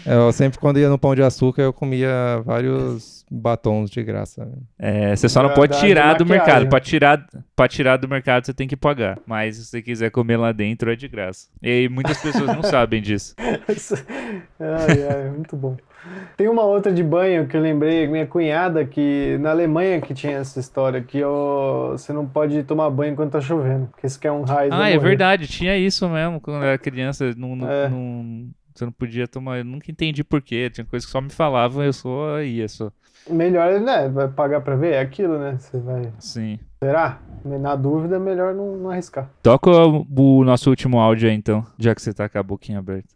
Speaker 3: Ó, Eu sempre, quando ia no Pão de Açúcar, eu comia vários batons de graça.
Speaker 1: É, você só não
Speaker 2: Da-
Speaker 1: pode
Speaker 2: da-
Speaker 1: tirar
Speaker 2: de
Speaker 1: do
Speaker 2: maquiagem.
Speaker 1: mercado. Pra tirar, pra tirar do mercado, você tem que pagar. Mas se você quiser comer lá dentro, é de graça. E aí, muitas pessoas não sabem disso.
Speaker 2: ai, ai, muito bom. Tem uma outra de banho que eu lembrei, minha cunhada, que na Alemanha que tinha essa história, que ó, você não pode tomar banho enquanto tá chovendo, porque isso quer um raio.
Speaker 1: Ah, é verdade, tinha isso mesmo. Quando eu era criança, não, não-
Speaker 2: É.
Speaker 1: não- você não podia tomar. Eu nunca entendi porquê. Tinha coisa que só me falavam, eu só ia só.
Speaker 2: Melhor, né, vai pagar pra ver, é aquilo, né, você vai...
Speaker 1: Sim.
Speaker 2: Será? Na dúvida, é melhor não- não arriscar.
Speaker 1: Toca o, o nosso último áudio aí, então, já que você tá com a boquinha aberta.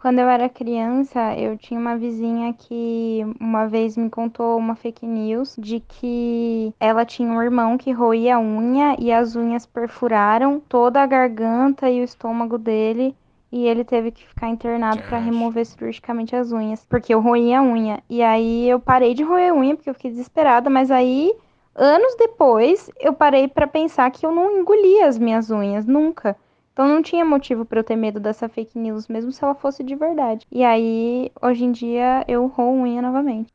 Speaker 10: Quando eu era criança, eu tinha uma vizinha que uma vez me contou uma fake news de que ela tinha um irmão que roía a unha e as unhas perfuraram toda a garganta e o estômago dele. E ele teve que ficar internado para remover cirurgicamente as unhas, porque eu roía a unha. E aí eu parei de roer a unha porque eu fiquei desesperada, mas aí, anos depois, eu parei para pensar que eu não engolia as minhas unhas, nunca. Então não tinha motivo pra eu ter medo dessa fake news, mesmo se ela fosse de verdade. E aí, hoje em dia, eu roo unha novamente.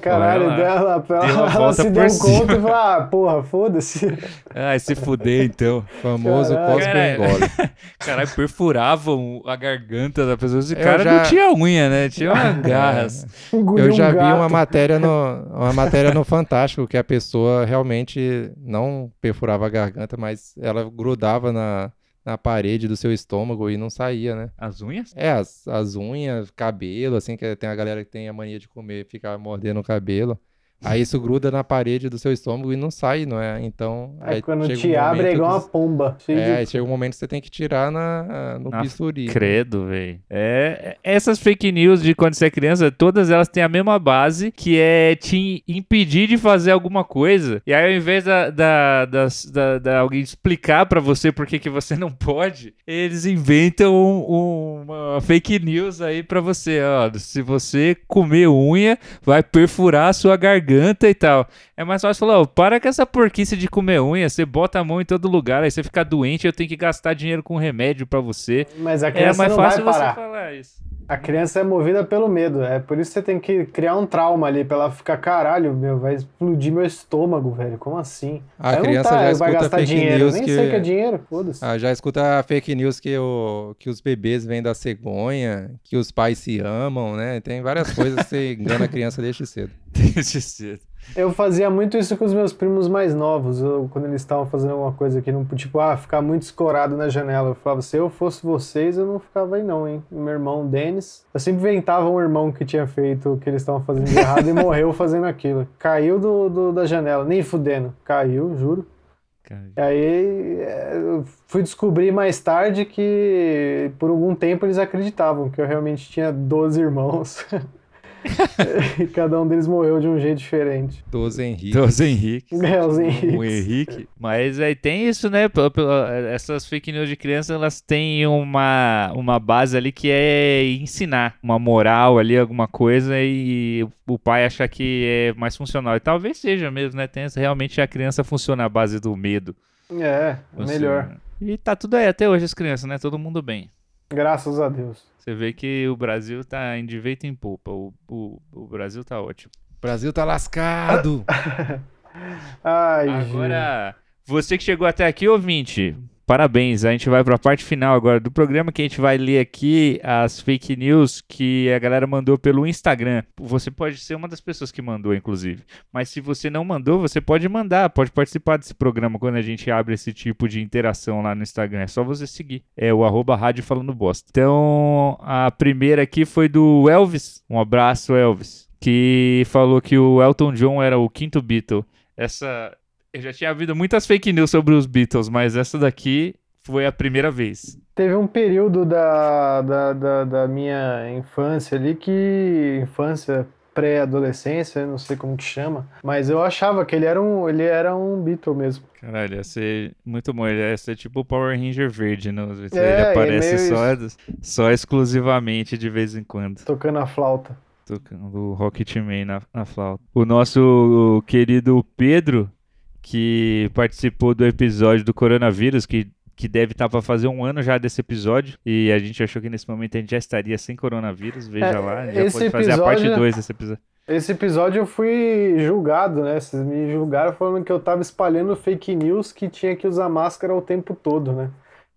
Speaker 2: Caralho,
Speaker 1: Olha lá.
Speaker 2: dela,
Speaker 1: Deu
Speaker 2: ela,
Speaker 1: a
Speaker 2: ela
Speaker 1: volta
Speaker 2: se
Speaker 1: por
Speaker 2: deu
Speaker 1: cima.
Speaker 2: conta e falou: ah, porra, foda-se.
Speaker 1: Ai, Ah, se fuder, então.
Speaker 3: Famoso
Speaker 2: Caralho.
Speaker 3: cospe e engole.
Speaker 1: Caralho, perfuravam a garganta da pessoa. Esse
Speaker 3: Eu
Speaker 1: cara
Speaker 3: já- É.
Speaker 1: não tinha unha, né? Tinha umas garras.
Speaker 2: Engoliu
Speaker 3: Eu já
Speaker 2: um
Speaker 3: vi
Speaker 2: gato.
Speaker 3: uma matéria no uma matéria no Fantástico que a pessoa realmente não perfurava a garganta, mas ela grudava na, na parede do seu estômago e não saía, né?
Speaker 1: As unhas?
Speaker 3: É, as, as unhas, cabelo, assim, que tem a galera que tem a mania de comer, ficar mordendo o cabelo. Aí isso gruda na parede do seu estômago e não sai, não é? Então.
Speaker 2: Aí
Speaker 3: aí
Speaker 2: quando
Speaker 3: chega um
Speaker 2: te abre é
Speaker 3: momento
Speaker 2: igual
Speaker 3: que-
Speaker 2: uma pomba. Cheio
Speaker 3: É, aí
Speaker 2: de...
Speaker 3: chega um momento que você tem que tirar na, no
Speaker 1: Na
Speaker 3: bisturi.
Speaker 1: Credo, velho. É, essas fake news de quando você é criança, todas elas têm a mesma base, que é te impedir de fazer alguma coisa. E aí, ao invés da, da, das- da- da alguém explicar pra você por que, que você não pode, eles inventam um- um- uma fake news aí pra você. Ó, se você comer unha, vai perfurar a sua garganta e tal. É mais fácil falar, ó, para com essa porquice de comer unha, você bota a mão em todo lugar, aí você fica doente, eu tenho que gastar dinheiro com remédio pra você.
Speaker 2: Mas a
Speaker 1: É
Speaker 2: criança
Speaker 1: mais
Speaker 2: não
Speaker 1: fácil
Speaker 2: vai
Speaker 1: você
Speaker 2: parar.
Speaker 1: falar isso.
Speaker 2: A criança é movida pelo medo. É por isso que você tem que criar um trauma ali pra ela ficar, caralho, meu, vai explodir meu estômago, velho. Como assim?
Speaker 3: A
Speaker 2: Aí não
Speaker 3: criança
Speaker 2: tá,
Speaker 3: já
Speaker 2: aí vai
Speaker 3: escuta
Speaker 2: gastar
Speaker 3: fake
Speaker 2: dinheiro.
Speaker 3: news
Speaker 2: Nem
Speaker 3: que-
Speaker 2: sei o que é dinheiro, foda-se.
Speaker 3: Ah, já escuta a fake news que, o, que os bebês vêm da cegonha, que os pais se amam, né? Tem várias coisas que você engana a criança desde cedo.
Speaker 1: Desde cedo.
Speaker 2: Eu fazia muito isso com os meus primos mais novos, eu- quando eles estavam fazendo alguma coisa que não, tipo, ah, ficar muito escorado na janela. Eu falava, se eu fosse vocês, eu não ficava aí não, hein? E Meu irmão, Denis, eu sempre inventava um irmão que tinha feito o que eles estavam fazendo de errado e morreu fazendo aquilo. Caiu do, do- da janela, nem fudendo. Caiu, juro.
Speaker 1: Cara,
Speaker 2: E aí, é, eu fui descobrir mais tarde que por algum tempo eles acreditavam que eu realmente tinha 12 irmãos. e cada um deles morreu de um jeito diferente.
Speaker 3: Doze Henrique.
Speaker 1: Doze Henrique.
Speaker 2: É, os
Speaker 1: O
Speaker 2: Henriques.
Speaker 1: Henrique. Mas aí tem isso, né? pela- pela- Essas fake news de criança, elas têm uma, uma base ali que é ensinar uma moral ali, alguma coisa, e o pai achar que é mais funcional. E talvez seja mesmo, né? Tem, essa- realmente a criança funciona à base do medo.
Speaker 2: É,
Speaker 1: Você-
Speaker 2: melhor.
Speaker 1: E tá tudo aí até hoje as crianças, né? Todo mundo bem.
Speaker 2: Graças a Deus.
Speaker 1: Você vê que o Brasil tá em de veito em polpa. O, o, o Brasil tá ótimo.
Speaker 3: O Brasil tá lascado!
Speaker 2: Ai, Gil.
Speaker 1: Agora, você que chegou até aqui, ouvinte, parabéns. A gente vai para a parte final agora do programa, que a gente vai ler aqui as fake news que a galera mandou pelo Instagram. Você pode ser uma das pessoas que mandou, inclusive. Mas se você não mandou, você pode mandar, pode participar desse programa quando a gente abre esse tipo de interação lá no Instagram. É só você seguir. É o arroba rádio falando bosta. Então, a primeira aqui foi do Elvis. Um abraço, Elvis. Que falou que o Elton John era o quinto Beatle. Essa, eu já tinha havido muitas fake news sobre os Beatles, mas essa daqui foi a primeira vez.
Speaker 2: Teve um período da, da, da, da minha infância ali que. Infância, pré-adolescência, não sei como que chama. Mas eu achava que ele era um, ele era um Beatle mesmo.
Speaker 1: Caralho, ia ser muito bom. Ele ia ser tipo o Power Ranger verde, né? Ele
Speaker 2: É, é
Speaker 1: aparece
Speaker 2: meio
Speaker 1: só, só exclusivamente de vez em quando.
Speaker 2: Tocando a flauta.
Speaker 1: Tocando o Rocketman na, na flauta. O nosso querido Pedro, que participou do episódio do coronavírus, que, que deve estar para fazer um ano já desse episódio, e a gente achou que nesse momento a gente já estaria sem coronavírus, veja
Speaker 2: É,
Speaker 1: lá, já
Speaker 2: esse
Speaker 1: pode fazer a parte
Speaker 2: episódio-
Speaker 1: 2 desse episódio.
Speaker 2: Esse episódio eu fui julgado, né? Vocês me julgaram falando que eu tava espalhando fake news que tinha que usar máscara o tempo todo, né?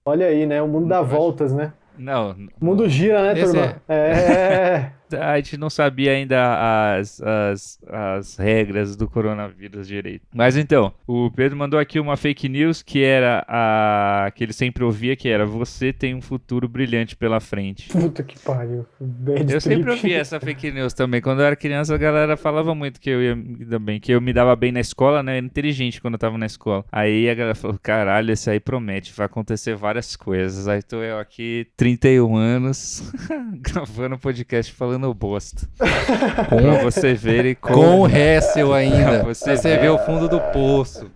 Speaker 2: Olha aí, né? O mundo dá
Speaker 1: Mas-
Speaker 2: voltas, né?
Speaker 1: Não,
Speaker 2: O mundo gira, né,
Speaker 3: Esse
Speaker 2: turma? é.
Speaker 1: A gente não sabia ainda as, as, as regras do coronavírus direito. Mas então, o Pedro mandou aqui uma fake news que era a que ele sempre ouvia, que era você tem um futuro brilhante pela frente.
Speaker 2: Puta que pariu. Bad
Speaker 1: Eu sempre
Speaker 2: trip.
Speaker 1: ouvi essa fake news também. Quando eu era criança, a galera falava muito que eu ia me dar bem, que eu me dava bem na escola, né? Eu era inteligente quando eu tava na escola. Aí a galera falou: caralho, esse aí promete, vai acontecer várias coisas. Aí tô eu aqui, 31 anos, gravando um podcast falando bosta. pra
Speaker 3: Com,
Speaker 1: você verem
Speaker 3: com o
Speaker 1: como
Speaker 3: Hessel ainda.
Speaker 1: Você
Speaker 3: Você, você vê o fundo do poço.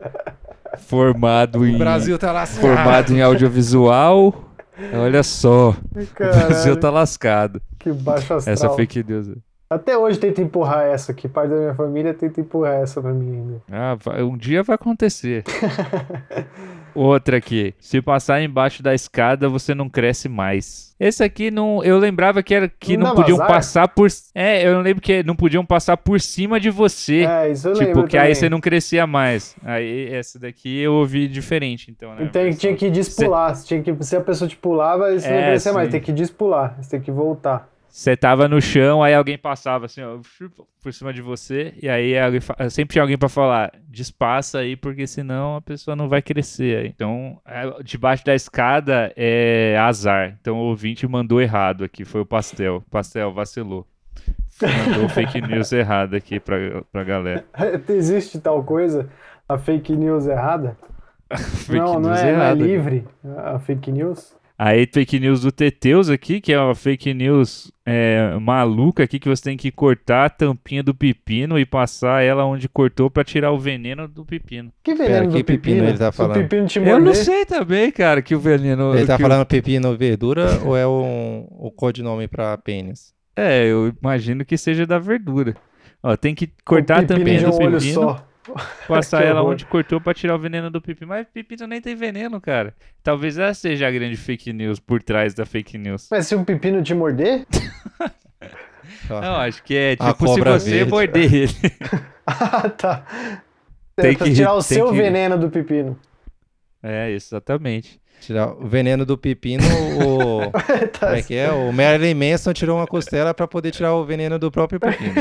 Speaker 1: formado em
Speaker 3: O Brasil tá lascado.
Speaker 1: formado em audiovisual. Olha só, o Brasil
Speaker 2: Caralho,
Speaker 1: tá lascado.
Speaker 2: que baixo astral.
Speaker 1: Essa fake news.
Speaker 2: Até hoje tenta empurrar essa aqui. Parte da minha família tenta empurrar essa pra mim ainda.
Speaker 1: Ah, vai- um dia vai acontecer. Outra aqui. Se passar embaixo da escada, você não cresce mais. Esse aqui não. Eu lembrava que era que
Speaker 2: Não
Speaker 1: não,
Speaker 2: dava
Speaker 1: podiam
Speaker 2: azar?
Speaker 1: passar por. É, eu lembro que não podiam passar por cima de você.
Speaker 2: É, isso eu
Speaker 1: tipo,
Speaker 2: lembro
Speaker 1: que aí
Speaker 2: também.
Speaker 1: você não crescia mais. Aí essa daqui eu ouvi diferente, então, né?
Speaker 2: Então tinha que despular. Você Tinha que, se a pessoa te pulava, isso não
Speaker 1: É,
Speaker 2: crescia mais.
Speaker 1: sim.
Speaker 2: Tem que despular. Você tem que voltar.
Speaker 1: Você tava no chão, aí alguém passava assim, ó, por cima de você, e aí alguém fa- sempre tinha alguém pra falar, despassa aí, porque senão a pessoa não vai crescer. aí." Então, é, debaixo da escada é azar. Então o ouvinte mandou errado aqui, foi o Pastel. Pastel, vacilou. Mandou fake news errada aqui pra, pra galera.
Speaker 2: Existe tal coisa, a fake news errada?
Speaker 1: Fake
Speaker 2: não, não
Speaker 1: news
Speaker 2: é, não é
Speaker 1: errada.
Speaker 2: livre a fake news?
Speaker 1: Aí, fake news do Teteus aqui, que é uma fake news é, maluca aqui, que você tem que cortar a tampinha do pepino e passar ela onde cortou pra tirar o veneno do pepino.
Speaker 2: Que veneno
Speaker 3: que
Speaker 2: do
Speaker 3: pepino
Speaker 2: pepino?
Speaker 3: ele tá
Speaker 2: Se
Speaker 3: falando?
Speaker 2: o pepino te morder,
Speaker 1: Eu não sei também, cara, que o veneno.
Speaker 3: Ele tá
Speaker 1: que o-
Speaker 3: falando pepino verdura ou é um, o codinome pra pênis?
Speaker 1: É, eu imagino que seja da verdura. Ó, tem que cortar a
Speaker 2: pepino
Speaker 1: tampinha
Speaker 2: de
Speaker 1: do
Speaker 2: um olho
Speaker 1: pepino,
Speaker 2: só.
Speaker 1: passar
Speaker 2: Que
Speaker 1: ela
Speaker 2: horror.
Speaker 1: onde cortou pra tirar o veneno do pepino. Mas pepino nem tem veneno, cara. Talvez essa seja a grande fake news por trás da fake news.
Speaker 2: Mas se um pepino te morder,
Speaker 1: Não, acho que é
Speaker 3: A
Speaker 1: tipo se
Speaker 3: cobra
Speaker 1: você
Speaker 3: verde.
Speaker 1: morder ele.
Speaker 2: ah, tá.
Speaker 1: Tem
Speaker 2: é pra
Speaker 1: que-
Speaker 2: tirar o
Speaker 1: tem
Speaker 2: seu
Speaker 1: que-
Speaker 2: veneno do pepino.
Speaker 1: É, exatamente.
Speaker 3: Tirar o veneno do pepino, o.
Speaker 2: Tá
Speaker 3: Como
Speaker 2: assim.
Speaker 3: é que é? O Marilyn Manson tirou uma costela pra poder tirar o veneno do próprio pepino.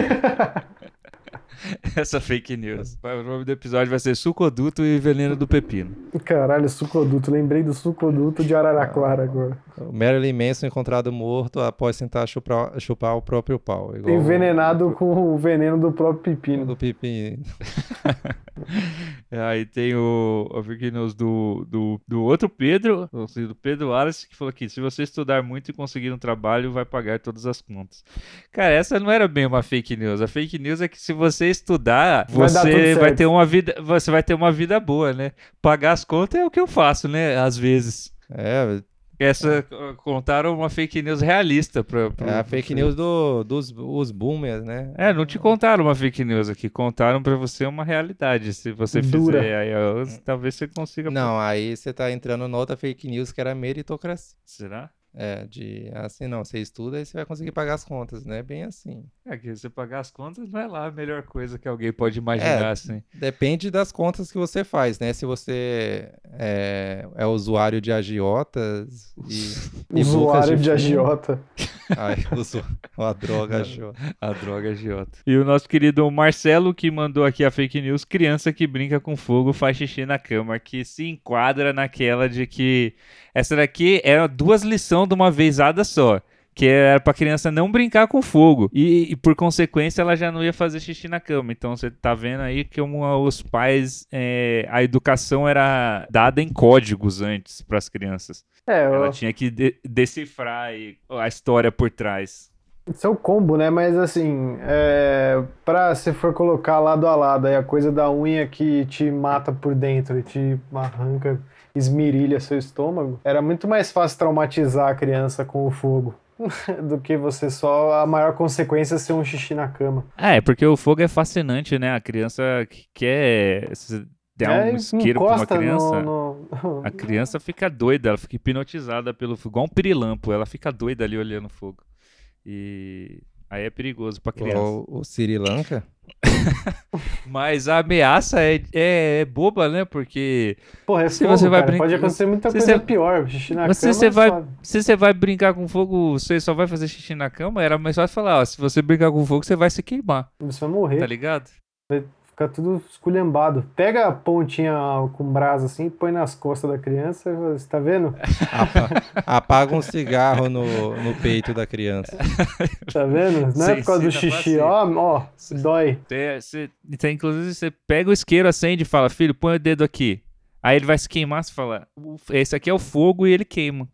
Speaker 1: Essa fake news.
Speaker 2: É.
Speaker 1: O nome do episódio vai ser Sucoduto e Veneno do Pepino.
Speaker 2: Caralho, sucoduto. Lembrei do sucoduto de Araraquara agora.
Speaker 3: O Marilyn Manson encontrado morto após tentar chupar, chupar o próprio pau. igual o-
Speaker 2: Envenenado com o veneno do próprio pepino.
Speaker 3: do pepino.
Speaker 1: É, Aí tem o, a fake news do, do, do outro Pedro, ou seja, do Pedro Wallace, que falou aqui: se você estudar muito e conseguir um trabalho, vai pagar todas as contas. Cara, essa não era bem uma fake news. A fake news é que se você estudar,
Speaker 2: Vai dar tudo
Speaker 1: você vai,
Speaker 2: certo.
Speaker 1: ter uma vida, você vai ter uma vida boa, né? Pagar as contas é o que eu faço, né? Às vezes.
Speaker 3: É,
Speaker 1: Essa
Speaker 2: É.
Speaker 1: eh, contaram uma fake news realista pra, pro-
Speaker 3: é a fake news do, dos os boomers, né?
Speaker 1: É, não te contaram uma fake news aqui, contaram pra você uma realidade. Se você
Speaker 2: Dura.
Speaker 1: fizer aí, ó, talvez você consiga.
Speaker 3: Não, aí você tá entrando na outra fake news que era meritocracia.
Speaker 1: Será?
Speaker 3: É, de assim, não, você estuda e você vai conseguir pagar as contas, né? Bem assim.
Speaker 1: É que você pagar as contas não é lá a melhor coisa que alguém pode imaginar, assim.
Speaker 3: Depende das contas que você faz, né? Se você é, é usuário de agiotas e. e
Speaker 2: Usuário
Speaker 3: bocas
Speaker 2: de
Speaker 3: fumo.
Speaker 2: agiota.
Speaker 3: Ai, usu... uma droga agiota.
Speaker 1: A droga é agiota. E o nosso querido Marcelo, que mandou aqui a fake news, criança que brinca com fogo faz xixi na cama, que se enquadra naquela de que essa daqui era duas lições de uma vezada só. Que era pra criança não brincar com fogo. E, e, por consequência, ela já não ia fazer xixi na cama. Então você tá vendo aí que uma- os pais. é, a educação era dada em códigos antes pras crianças.
Speaker 2: É,
Speaker 1: Ela
Speaker 2: ó,
Speaker 1: tinha que de- decifrar aí a história por trás.
Speaker 2: isso é o combo, né? Mas assim, é... pra se for colocar lado a lado, aí a coisa da unha que te mata por dentro, e te arranca, esmirilha seu estômago, era muito mais fácil traumatizar a criança com o fogo. Do que você só. A maior consequência é ser um xixi na cama.
Speaker 1: Ah, é porque o fogo é fascinante, né? A criança que quer se dar
Speaker 2: É,
Speaker 1: um isqueiro pra uma
Speaker 2: encosta
Speaker 1: criança.
Speaker 2: No, no-
Speaker 1: A criança fica doida, ela fica hipnotizada pelo fogo, igual um pirilampo, ela fica doida ali olhando o fogo. E aí é perigoso pra criança.
Speaker 3: Igual O, Sri Lanka.
Speaker 1: Mas a ameaça é, é, é boba, né? Porque
Speaker 2: Porra, é
Speaker 1: Se
Speaker 2: fogo,
Speaker 1: você vai
Speaker 2: cara. Pode
Speaker 1: brincar-
Speaker 2: acontecer muita
Speaker 1: se
Speaker 2: coisa
Speaker 1: você-
Speaker 2: pior. Xixi na
Speaker 1: Mas se
Speaker 2: cama
Speaker 1: você
Speaker 2: é
Speaker 1: vai-
Speaker 2: foda.
Speaker 1: se você vai brincar com fogo, você só vai fazer xixi na cama, era mais fácil falar, ó, se você brincar com fogo, você vai se queimar,
Speaker 2: Você vai morrer.
Speaker 1: tá ligado?
Speaker 2: Fica tudo esculhambado. Pega a pontinha com brasa assim, põe nas costas da criança, você tá vendo?
Speaker 3: Apa- Apaga um cigarro no, no peito da criança.
Speaker 2: Tá vendo? Não
Speaker 1: Você
Speaker 2: é por causa do
Speaker 1: ensina pra
Speaker 2: xixi,
Speaker 1: ser.
Speaker 2: ó, ó,
Speaker 1: Você-
Speaker 2: dói.
Speaker 1: Tem- cê- tem- inclusive, você pega o isqueiro, acende e fala, filho, põe o dedo aqui. Aí ele vai se queimar, você fala, "Uf, esse aqui é o fogo e ele queima.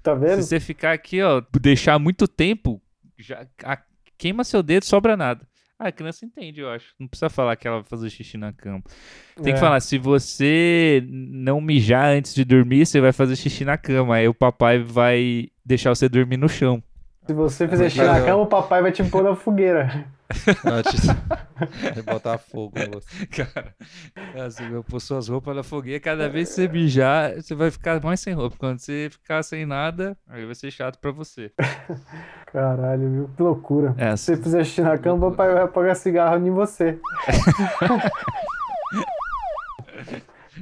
Speaker 2: Tá vendo?
Speaker 1: Se você ficar aqui, ó, deixar muito tempo, já a- queima seu dedo, sobra nada. Ah, a criança entende, eu acho. Não precisa falar que ela vai fazer xixi na cama. Tem
Speaker 2: É.
Speaker 1: que falar, se você não mijar antes de dormir, você vai fazer xixi na cama. Aí o papai vai deixar você dormir no chão.
Speaker 2: Se você fizer xixi
Speaker 3: Mas
Speaker 2: na
Speaker 3: eu-
Speaker 2: cama, o papai vai te pôr na fogueira.
Speaker 3: Antes de botar fogo em você.
Speaker 1: Cara, assim, eu pôr suas roupas na fogueira, cada vez que você mijar, você vai ficar mais sem roupa. Quando você ficar sem nada, aí vai ser chato pra você.
Speaker 2: Caralho, viu? Que loucura.
Speaker 1: É,
Speaker 2: Se você fizer xixi na cama, o papai vai apagar cigarro em você.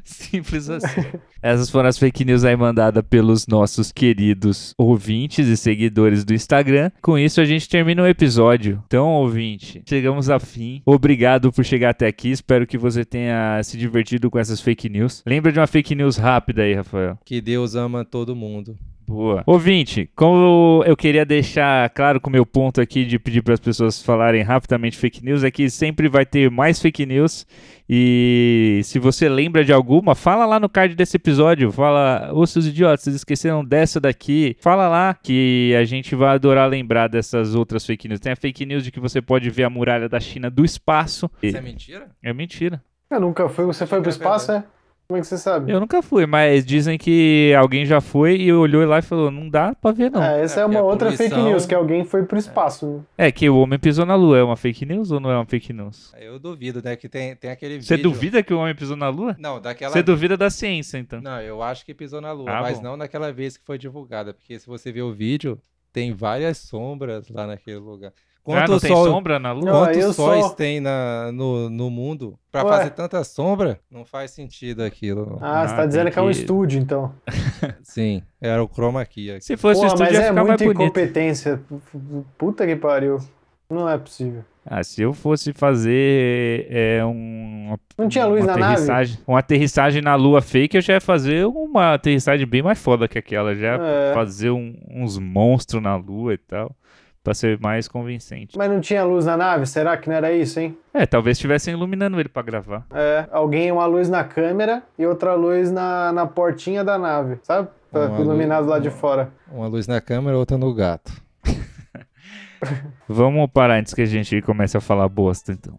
Speaker 1: simples assim. Essas foram as fake news aí mandadas pelos nossos queridos ouvintes e seguidores do Instagram. Com isso, a gente termina o episódio. Então, ouvinte, chegamos a fim. Obrigado por chegar até aqui. Espero que você tenha se divertido com essas fake news. Lembra de uma fake news rápida aí, Rafael?
Speaker 3: Que Deus ama todo mundo.
Speaker 1: Boa. Ouvinte, como eu queria deixar claro com o meu ponto aqui de pedir para as pessoas falarem rapidamente fake news, é que sempre vai ter mais fake news. E se você lembra de alguma, fala lá no card desse episódio. Fala, ô seus idiotas, vocês esqueceram dessa daqui. Fala lá que a gente vai adorar lembrar dessas outras fake news. Tem a fake news de que você pode ver a muralha da China do espaço.
Speaker 3: Isso é mentira?
Speaker 1: É mentira.
Speaker 2: Eu nunca fui. Você foi pro espaço, é? Como é que você sabe?
Speaker 1: Eu nunca fui, mas dizem que alguém já foi e olhou lá e falou: não dá pra ver, não.
Speaker 2: É, essa é,
Speaker 3: É, porque
Speaker 2: uma
Speaker 3: a
Speaker 2: outra fake
Speaker 3: poluição-
Speaker 2: news, que alguém foi pro espaço.
Speaker 1: É que o homem pisou na lua. É uma fake news ou não é uma fake news?
Speaker 3: Eu duvido, né? Que tem, tem aquele
Speaker 1: Você
Speaker 3: vídeo.
Speaker 1: duvida que o homem pisou na lua?
Speaker 3: Não, daquela.
Speaker 1: Você duvida da ciência, então.
Speaker 3: Não, eu acho que pisou na lua,
Speaker 1: Ah,
Speaker 3: mas
Speaker 1: bom.
Speaker 3: não naquela vez que foi divulgada. Porque se você ver o vídeo, tem várias sombras lá naquele lugar.
Speaker 1: ah,
Speaker 3: Quanto
Speaker 1: não tem
Speaker 3: sol-
Speaker 1: sombra na lua?
Speaker 2: Não, aí eu
Speaker 3: Quantos sóis
Speaker 2: sou-
Speaker 3: tem na, no, no mundo pra
Speaker 2: Ué.
Speaker 3: fazer tanta sombra? Não faz sentido aquilo.
Speaker 2: Ah, você
Speaker 1: Ah,
Speaker 2: tá
Speaker 1: tem
Speaker 2: dizendo que é um
Speaker 1: que-
Speaker 2: estúdio, então.
Speaker 3: Sim, era o chroma key. aqui.
Speaker 1: Se fosse
Speaker 2: Porra,
Speaker 1: o estúdio,
Speaker 2: mas
Speaker 1: ia
Speaker 2: é
Speaker 1: ficar mais
Speaker 2: muita
Speaker 1: bonito.
Speaker 2: incompetência. Puta que pariu. Não é possível.
Speaker 1: Ah, se eu fosse fazer é, um, uma,
Speaker 2: Não tinha luz
Speaker 1: uma
Speaker 2: na nave?
Speaker 1: aterrissagem, Uma aterrissagem na lua fake, eu já ia fazer uma aterrissagem bem mais foda que aquela. Já ia
Speaker 2: É.
Speaker 1: fazer um- uns monstros na lua e tal. Pra ser mais convincente.
Speaker 2: Mas não tinha luz na nave? Será que não era isso, hein?
Speaker 1: É, talvez estivessem iluminando ele pra gravar.
Speaker 2: É, alguém uma luz na câmera e outra luz na, na portinha da nave, sabe? Pra
Speaker 3: Uma
Speaker 2: iluminar
Speaker 3: luz-
Speaker 2: lá de fora.
Speaker 3: Uma luz na câmera, outra no gato.
Speaker 1: Vamos parar antes que a gente comece a falar bosta, então.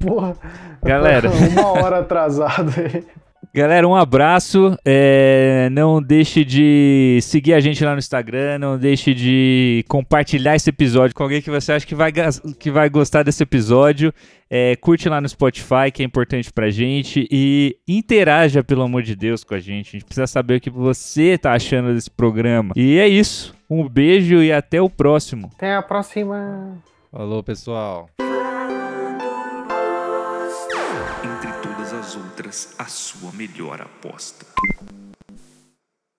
Speaker 2: Porra.
Speaker 1: Galera.
Speaker 2: Uma hora atrasado aí.
Speaker 1: Galera, um abraço. É, não deixe de seguir a gente lá no Instagram. Não deixe de compartilhar esse episódio com alguém que você acha que vai, gas- que vai gostar desse episódio. É, curte lá no Spotify, que é importante pra gente. E interaja, pelo amor de Deus, com a gente. A gente precisa saber o que você tá achando desse programa. E é isso. Um beijo e até o próximo.
Speaker 2: Até a próxima.
Speaker 3: Falou, pessoal.
Speaker 4: Entre todas as outras, a sua melhor aposta.